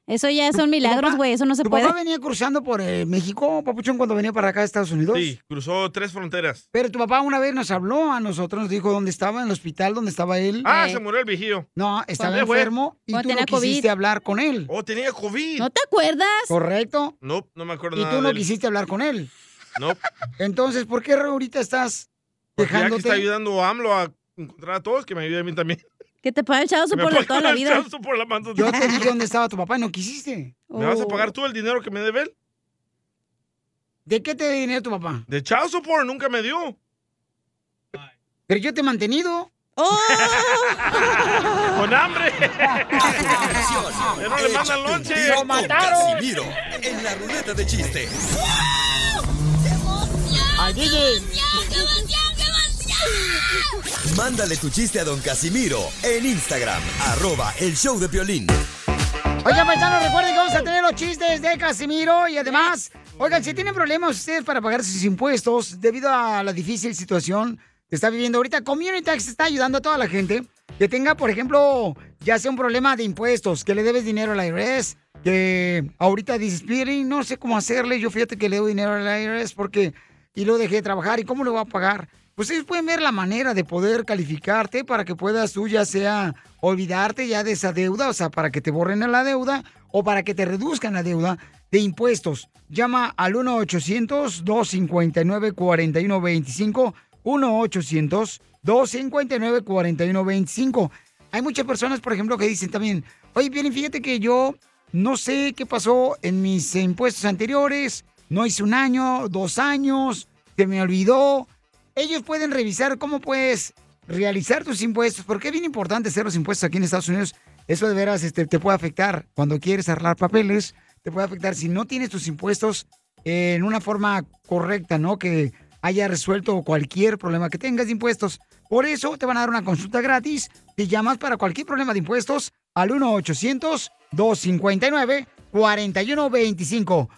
Eso ya son milagros, güey, eso no se ¿Tu puede. papá venía cruzando por eh, México, Papuchón, cuando venía para acá a Estados Unidos? Sí, cruzó tres fronteras. Pero tu papá una vez nos habló a nosotros, nos dijo dónde estaba, en el hospital donde estaba él. Ah, se murió el vigío. No, estaba ¿Dónde fue? enfermo y Cuando tú no tenía COVID. quisiste hablar con él. Oh, tenía COVID. ¿No te acuerdas? Correcto. No, no me acuerdo Y nada tú no de él. quisiste hablar con él. No, Entonces, ¿por qué ahorita estás porque ya que está dejándote? ayudando a AMLO a encontrar a todos, que me ayude a mí también. Que te pague el chavo Me por pagan toda la el vida. chavo por la mano. Yo te dije dónde Oh. estaba tu papá y no quisiste. ¿Me Oh. vas a pagar tú el dinero que me debe él? ¿De qué te debe dinero tu papá? De child support, nunca me dio. Pero yo te he mantenido. ¡Con hambre! Pero no le mandan lonche. Lo mataron. Casimiro en la ruleta de chistes. ¡Ay, DJ! Mándale tu chiste a don Casimiro en Instagram, arroba el show de violín. Oigan, paisanos, recuerden que vamos a tener los chistes de Casimiro y además, oigan, si tienen problemas ustedes para pagar sus impuestos debido a la difícil situación que está viviendo ahorita, Community Tax está ayudando a toda la gente que tenga, por ejemplo, ya sea un problema de impuestos, que le debes dinero al IRS, que ahorita dices, "Piolín, no sé cómo hacerle, yo fíjate que le debo dinero al IRS porque y lo dejé de trabajar y cómo lo voy a pagar. Pues ellos pueden ver la manera de poder calificarte para que puedas tú ya sea olvidarte ya de esa deuda, o sea, para que te borren la deuda o para que te reduzcan la deuda de impuestos. Llama al 1-800-259-4125, 1-800-259-4125. Hay muchas personas, por ejemplo, que dicen también, oye, bien, fíjate que yo no sé qué pasó en mis impuestos anteriores, no hice un año, dos años, se me olvidó. Ellos pueden revisar cómo puedes realizar tus impuestos, porque es bien importante hacer los impuestos aquí en Estados Unidos. Eso de veras este, te puede afectar cuando quieres arreglar papeles, te puede afectar si no tienes tus impuestos eh, en una forma correcta, ¿no? Que haya resuelto cualquier problema que tengas de impuestos. Por eso te van a dar una consulta gratis. Te llamas para cualquier problema de impuestos al 1-800-259-4125.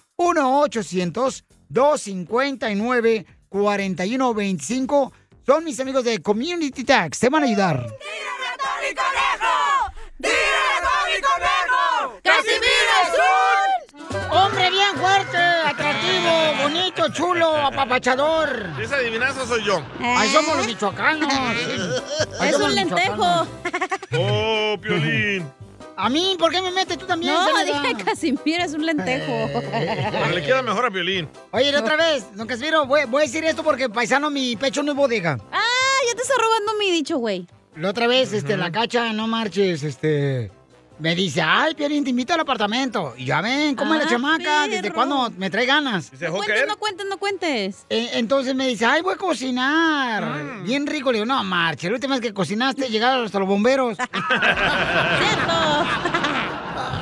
1-800-259-4125. Son mis amigos de Community Tax. Te van a ayudar. Tony Conejo! ¡Dile Tony Conejo! ¡Casimiro es un... Hombre bien fuerte, atractivo, bonito, chulo, apapachador. Esa adivinanza soy yo. Eh. Ahí somos los michoacanos. Ahí Es somos un los lentejo. michoacanos. ¡Oh, Piolín! A mí, ¿por qué me metes tú también? No, Saluda? dije Casimiro es un lentejo. Pero le queda mejor a Piolín. Eh. Oye, y otra vez, don Casimiro, voy, voy a decir esto porque, paisano, mi pecho no es bodega. Ah, ya te está robando mi dicho, güey. La otra vez, este, la cacha, no marches, este. Me dice, ay, Pierín, te invito al apartamento. Y ya ven, ¿cómo es la Ah, chamaca? ¿Desde perro. cuándo me trae ganas? No cuentes, no cuentes, no cuentes. Eh, entonces me dice, ay, voy a cocinar. Mm. Bien rico. Le digo, no, marche, la última vez que cocinaste llegaron hasta los bomberos.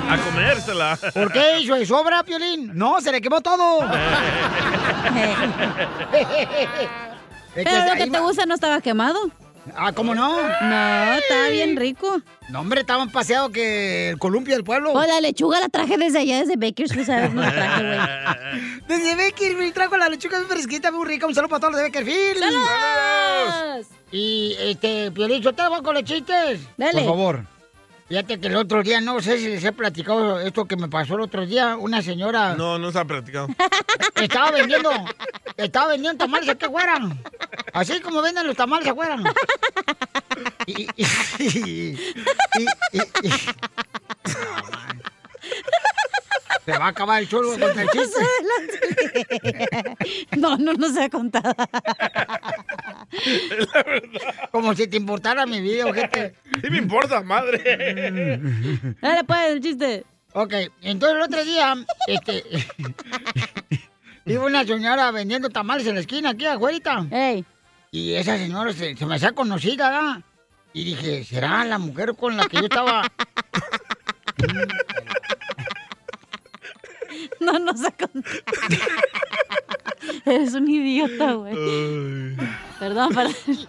A comérsela. ¿Por qué? ¿Eso es sobra, Piolín? No, se le quemó todo. Es que Pero lo ahí que te va- gusta no estaba quemado. Ah, ¿cómo no? No, estaba bien rico. No, hombre, estaban paseado que el columpio del pueblo. O la lechuga la traje desde allá, desde Bakersfield, ¿sabes? No la traje, güey. Desde Bakersfield trajo la lechuga bien fresquita, muy rica. Un saludo para todos los de Bakersfield. ¡Saludos! Y, este, Piolín, yo te voy con los chistes. Dale. Por favor. Fíjate que el otro día, no sé si les he platicado esto que me pasó el otro día. Una señora No, no se ha practicado. estaba vendiendo, estaba vendiendo tamales aquí afuera. Así como venden los tamales afuera. Y, y- y- y- y- y- Se va a acabar el churro con el chiste. No, no, no se ha contado. Como si te importara mi vida, ojete. Sí me importa, madre. Dale, pues, el chiste. Ok, entonces el otro día, este... Iba una señora vendiendo tamales en la esquina aquí afuera. Y esa señora se, se me hacía conocida, ¿verdad? Y dije, ¿será la mujer con la que yo estaba No, no se ha contado. Eres un idiota, güey. Perdón, perdón.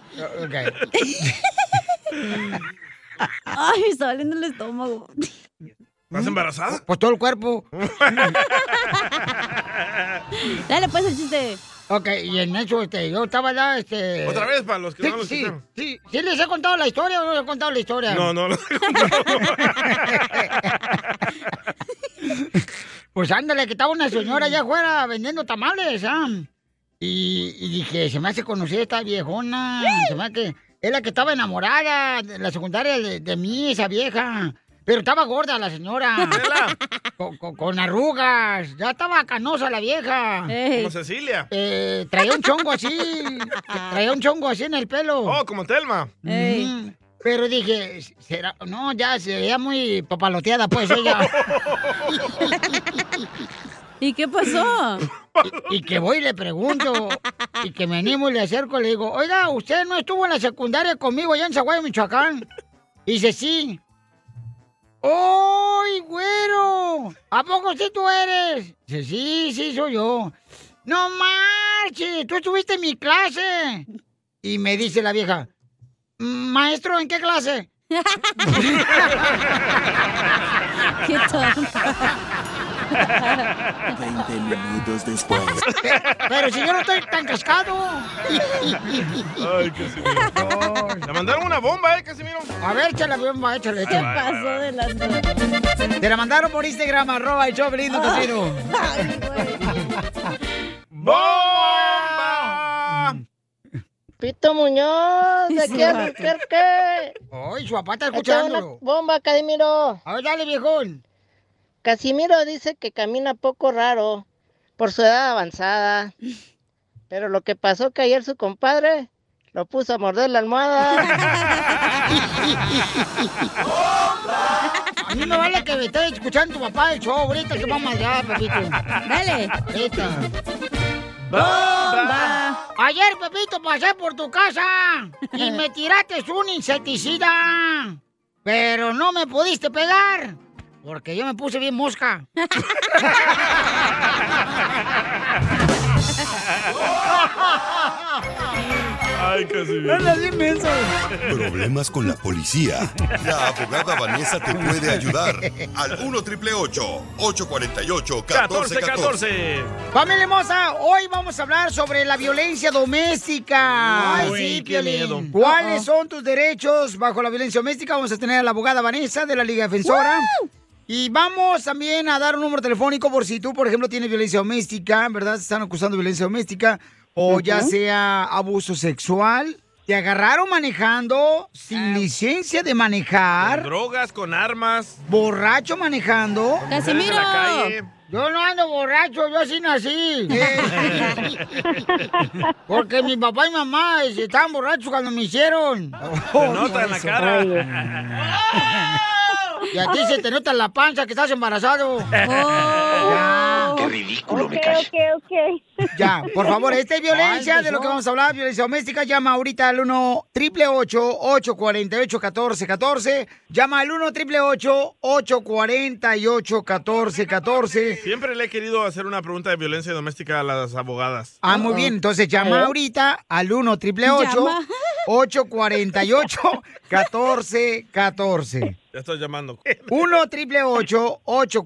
Ay, me está valiendo el estómago. ¿Estás embarazada? Pues todo el cuerpo. Dale, pues el chiste. Ok, y en eso, este, yo estaba ya, este... Otra vez, para los que sí, no lo sí, escucharon. sí, sí, les he contado la historia o no les he contado la historia? No, no, no. Pues ándale, que estaba una señora allá afuera vendiendo tamales, ¿ah? Y, y dije, se me hace conocer esta viejona, se me hace que... Es la que estaba enamorada de la secundaria de, de mí, esa vieja. Pero estaba gorda la señora. Con, con- con arrugas. Ya estaba canosa la vieja. Como Cecilia. Eh, traía un chongo así. Traía un chongo así en el pelo. Oh, como Telma. Mm, Pero dije, será. No, ya se veía muy papaloteada, pues ella. ¿Y qué pasó? Y, y que voy y le pregunto. Y que me animo y le acerco y le digo, oiga, ¿usted no estuvo en la secundaria conmigo allá en Zaguayo, Michoacán? Y dice, sí. ¡Ay, güero! ¿A poco sí tú eres? Dice, sí, sí, soy yo. ¡No marches! ¡Tú estuviste en mi clase! Y me dice la vieja, maestro, ¿en qué clase? ¡Qué tonta! 20 minutos después. Pero si yo no estoy tan cascado. Ay, Casimiro. Le mandaron una bomba, ¿eh, Casimiro? A ver, échale, bomba, échale, Ay, échale. ay, ay, ay. Te la mandaron por Instagram, arroba el show de Piolín, don Casimiro. ¡Bomba! Pito Muñoz, ¿de Sí, qué vato. hacer qué? Ay, su papá está Ahí te va una escuchándolo. Bomba, Casimiro. A ver, dale, viejón. Casimiro dice que camina poco raro por su edad avanzada. Pero lo que pasó que ayer su compadre lo puso a morder la almohada. A mí me vale que me esté escuchando tu papá el show ahorita que vamos allá, papito. Dale. Ahorita. ¡Bomba! Ayer, Pepito, pasé por tu casa y me tiraste un insecticida. Pero no me pudiste pegar porque yo me puse bien mosca. Ay, casi bien. inmenso. Problemas con la policía. La abogada Vanessa te puede ayudar. Al 1 triple 848 1414. Familia hermosa, hoy vamos a hablar sobre la violencia doméstica. Ay, Uy, sí, qué Piolín. miedo. ¿Cuáles Uh-oh. son tus derechos bajo la violencia doméstica? Vamos a tener a la abogada Vanessa de la Liga Defensora. Y vamos también a dar un número telefónico por si tú, por ejemplo, tienes violencia doméstica, ¿verdad? Se están acusando de violencia doméstica o ya Ujú. sea abuso sexual. Te agarraron manejando sin licencia de manejar. Con drogas, con armas. Borracho manejando. mujeres en la calle. Yo no ando borracho, yo así nací. Porque mi papá y mamá eh, estaban borrachos cuando me hicieron. Se nota en la cara. Y a ti se te nota en la panza que estás embarazado. Qué ridículo, me cae. Ya, por favor, esta es violencia Ay, de lo que empezó. vamos a hablar, violencia doméstica. Llama ahorita al 1 888 848 1414 Llama al 1 888 848 1414 Siempre le he querido hacer una pregunta de violencia doméstica a las abogadas. Ah, muy bien. Entonces llama ahorita al 1 888 Eh. Llama. 848 1414 Ya estás llamando. 1 triple 848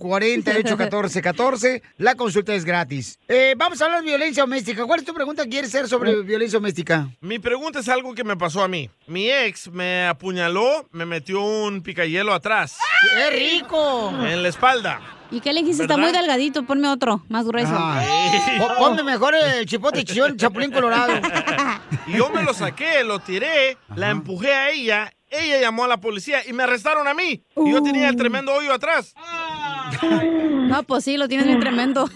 1414 La consulta es gratis. Eh, vamos a hablar de violencia doméstica. ¿Cuál es tu pregunta que quieres hacer sobre Eh. violencia doméstica? Mm, Mi pregunta es algo que me pasó a mí. Mi ex me apuñaló, me metió un picayelo atrás. ¡Qué rico! En la espalda. ¿Y qué le dijiste? Está muy ¿Verdad? delgadito, ponme otro, más grueso. Po- Ponme mejor el chipote chillón, chapulín colorado. Y yo me lo saqué, lo tiré, la empujé a ella, ella llamó a la policía y me arrestaron a mí. Y yo Uh. tenía el tremendo hoyo atrás. No, pues sí, lo tienes bien tremendo.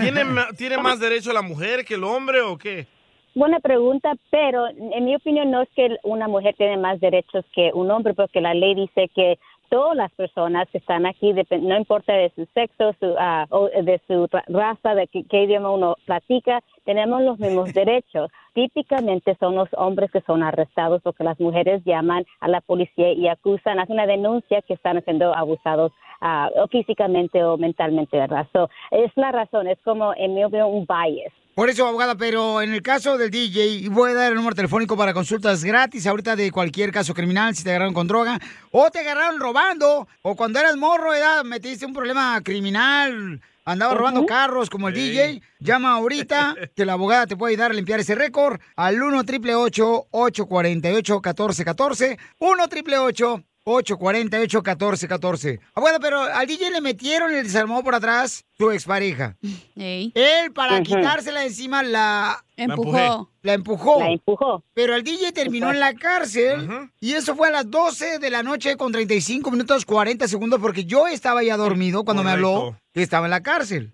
¿Tiene, ma- ¿Tiene más derecho la mujer que el hombre o qué? Buena pregunta, pero en mi opinión no es que una mujer tiene más derechos que un hombre, porque la ley dice que todas las personas que están aquí, depen- no importa de su sexo, su, ah, o de su ra- raza, de qué, qué idioma uno platica, tenemos los mismos derechos. Típicamente son los hombres que son arrestados porque las mujeres llaman a la policía y acusan, hacen una denuncia que están siendo abusados ah, o físicamente o mentalmente, ¿verdad? So, es la razón, es como en mi opinión un bias. Por eso, abogada, pero en el caso del DJ, y voy a dar el número telefónico para consultas gratis ahorita de cualquier caso criminal, si te agarraron con droga, o te agarraron robando, o cuando eras morro, edad, metiste un problema criminal, andabas robando carros como el DJ, llama ahorita, que la abogada te puede ayudar a limpiar ese récord al 1 888 848 1414 1 888 848 1414 Abogada, pero al DJ le metieron el desarmó por atrás tu expareja. Él, para Ujú. quitársela de encima, la Empujó. La empujé. La empujó. La empujó. Pero el DJ terminó en la cárcel y eso fue a las 12 de la noche con 35 minutos 40 segundos porque yo estaba ya dormido cuando me habló que estaba en la cárcel.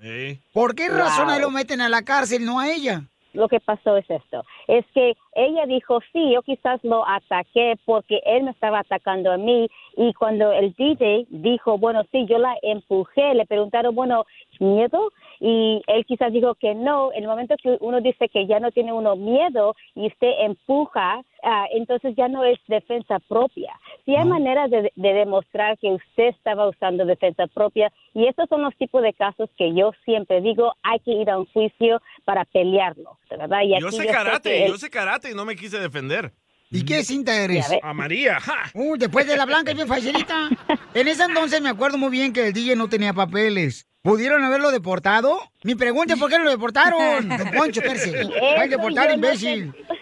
¿Por qué razón Wow. a él lo meten a la cárcel, no a ella? lo que pasó es esto, es que ella dijo, sí, yo quizás lo ataqué porque él me estaba atacando a mí y cuando el DJ dijo, bueno, sí, yo la empujé, le preguntaron, bueno, ¿miedo? Y él quizás dijo que no, el momento que uno dice que ya no tiene uno miedo y usted empuja, ah, entonces ya no es defensa propia. Si hay maneras de, de demostrar que usted estaba usando defensa propia y estos son los tipos de casos que yo siempre digo, hay que ir a un juicio para pelearlo, ¿verdad? Y Yo sé aquí yo sé que karate, el- yo sé karate y no me quise defender. ¿Y qué cinta eres? Ya ve. Amarilla, ja. Uh, después de la blanca es bien facilita. En ese entonces me acuerdo muy bien que el DJ no tenía papeles. ¿Pudieron haberlo deportado? Mi pregunta es por qué lo deportaron. Don Poncho, espérese. Y Hay que eso deportar, yo no sé imbécil.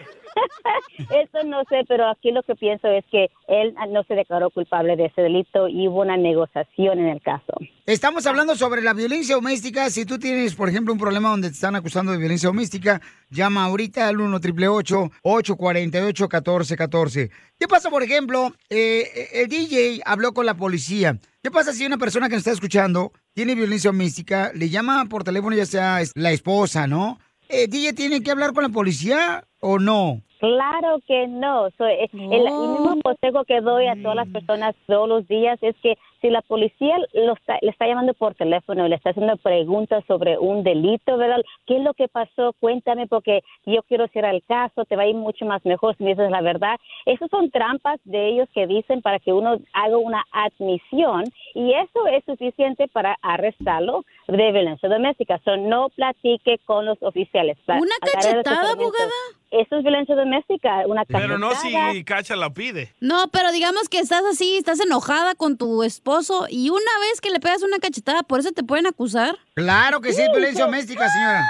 Eso no sé, pero aquí lo que pienso es que él no se declaró culpable de ese delito y hubo una negociación en el caso. Estamos hablando sobre la violencia doméstica. Si tú tienes, por ejemplo, un problema donde te están acusando de violencia doméstica, llama ahorita al 1 888 848 1414 ¿Qué pasa, por ejemplo? eh, el DJ habló con la policía. ¿Qué pasa si una persona que nos está escuchando tiene violencia doméstica, le llama por teléfono, ya sea es- la esposa, ¿no? Eh, ¿DJ tiene que hablar con la policía o no? Claro que no. So, eh, el mismo consejo que doy a todas Mm. las personas todos los días es que si la policía lo está- le está llamando por teléfono, le está haciendo preguntas sobre un delito, ¿verdad? ¿Qué es lo que pasó? Cuéntame porque yo quiero cerrar el caso, te va a ir mucho más mejor si me dices la verdad. Esas son trampas de ellos que dicen para que uno haga una admisión y eso es suficiente para arrestarlo de violencia doméstica. So, no platique con los oficiales. Pla- ¿Una agarre los cachetada, documentos. abogada? Eso es violencia doméstica, una Pero no si cachetada. Cacha la pide. No, pero digamos que estás así, estás enojada con tu esposo y una vez que le pegas una cachetada, ¿por eso te pueden acusar? Claro que sí, es violencia Uh. pues. doméstica, señora.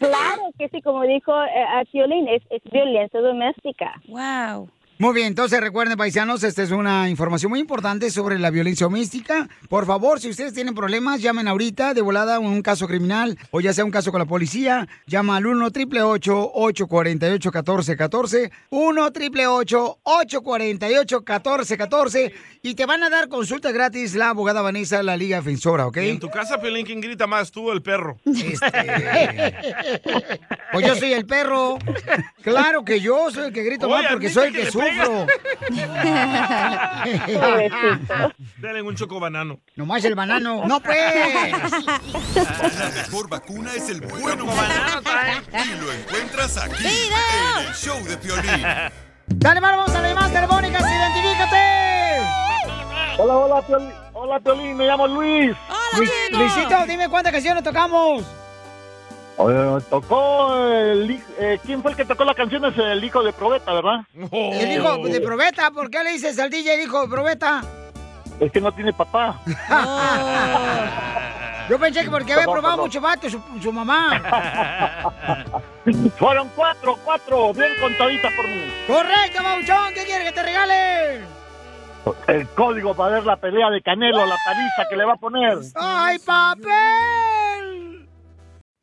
Claro que sí, como dijo eh, a Piolín, es, es violencia doméstica. Wow. Muy bien, entonces recuerden, paisanos, esta es una información muy importante sobre la violencia doméstica. Por favor, si ustedes tienen problemas, llamen ahorita de volada a un caso criminal o ya sea un caso con la policía. Llama al 1 888 848 1414 1 888 848 1414 y te van a dar consulta gratis la abogada Vanessa de la Liga Defensora, ¿ok? Y en tu casa, Piolín, ¿quién grita más? ¿Tú o el perro? Este. Pues yo soy el perro. Claro que yo soy el que grito Oye, más porque admite soy el que que, le sufro. Dale un chocobanano. Nomás el banano. No pues. La mejor vacuna es el buen humor. Y lo encuentras aquí, en el show de Piolín. Dale, mano, vamos a las demás telefónicas, identifícate. Hola, hola, Piolín. Hola, Piolín, me llamo Luis. Luis- Luisito, dime cuántas canciones tocamos. Eh, tocó el hi- eh, ¿Quién fue el que tocó la canción? Es el hijo de Probeta, ¿verdad? El hijo Oh. de probeta, ¿por qué le dices al DJ el hijo de probeta? Es que no tiene papá. Oh. Yo pensé que porque había Perdón, probado perdón. mucho vato su, su mamá. Fueron cuatro, cuatro, bien contaditas por mí. Correcto, Mauchón, ¿qué quieres que te regale? El código para ver la pelea de Canelo, la paliza que le va a poner. ¡Ay, papel!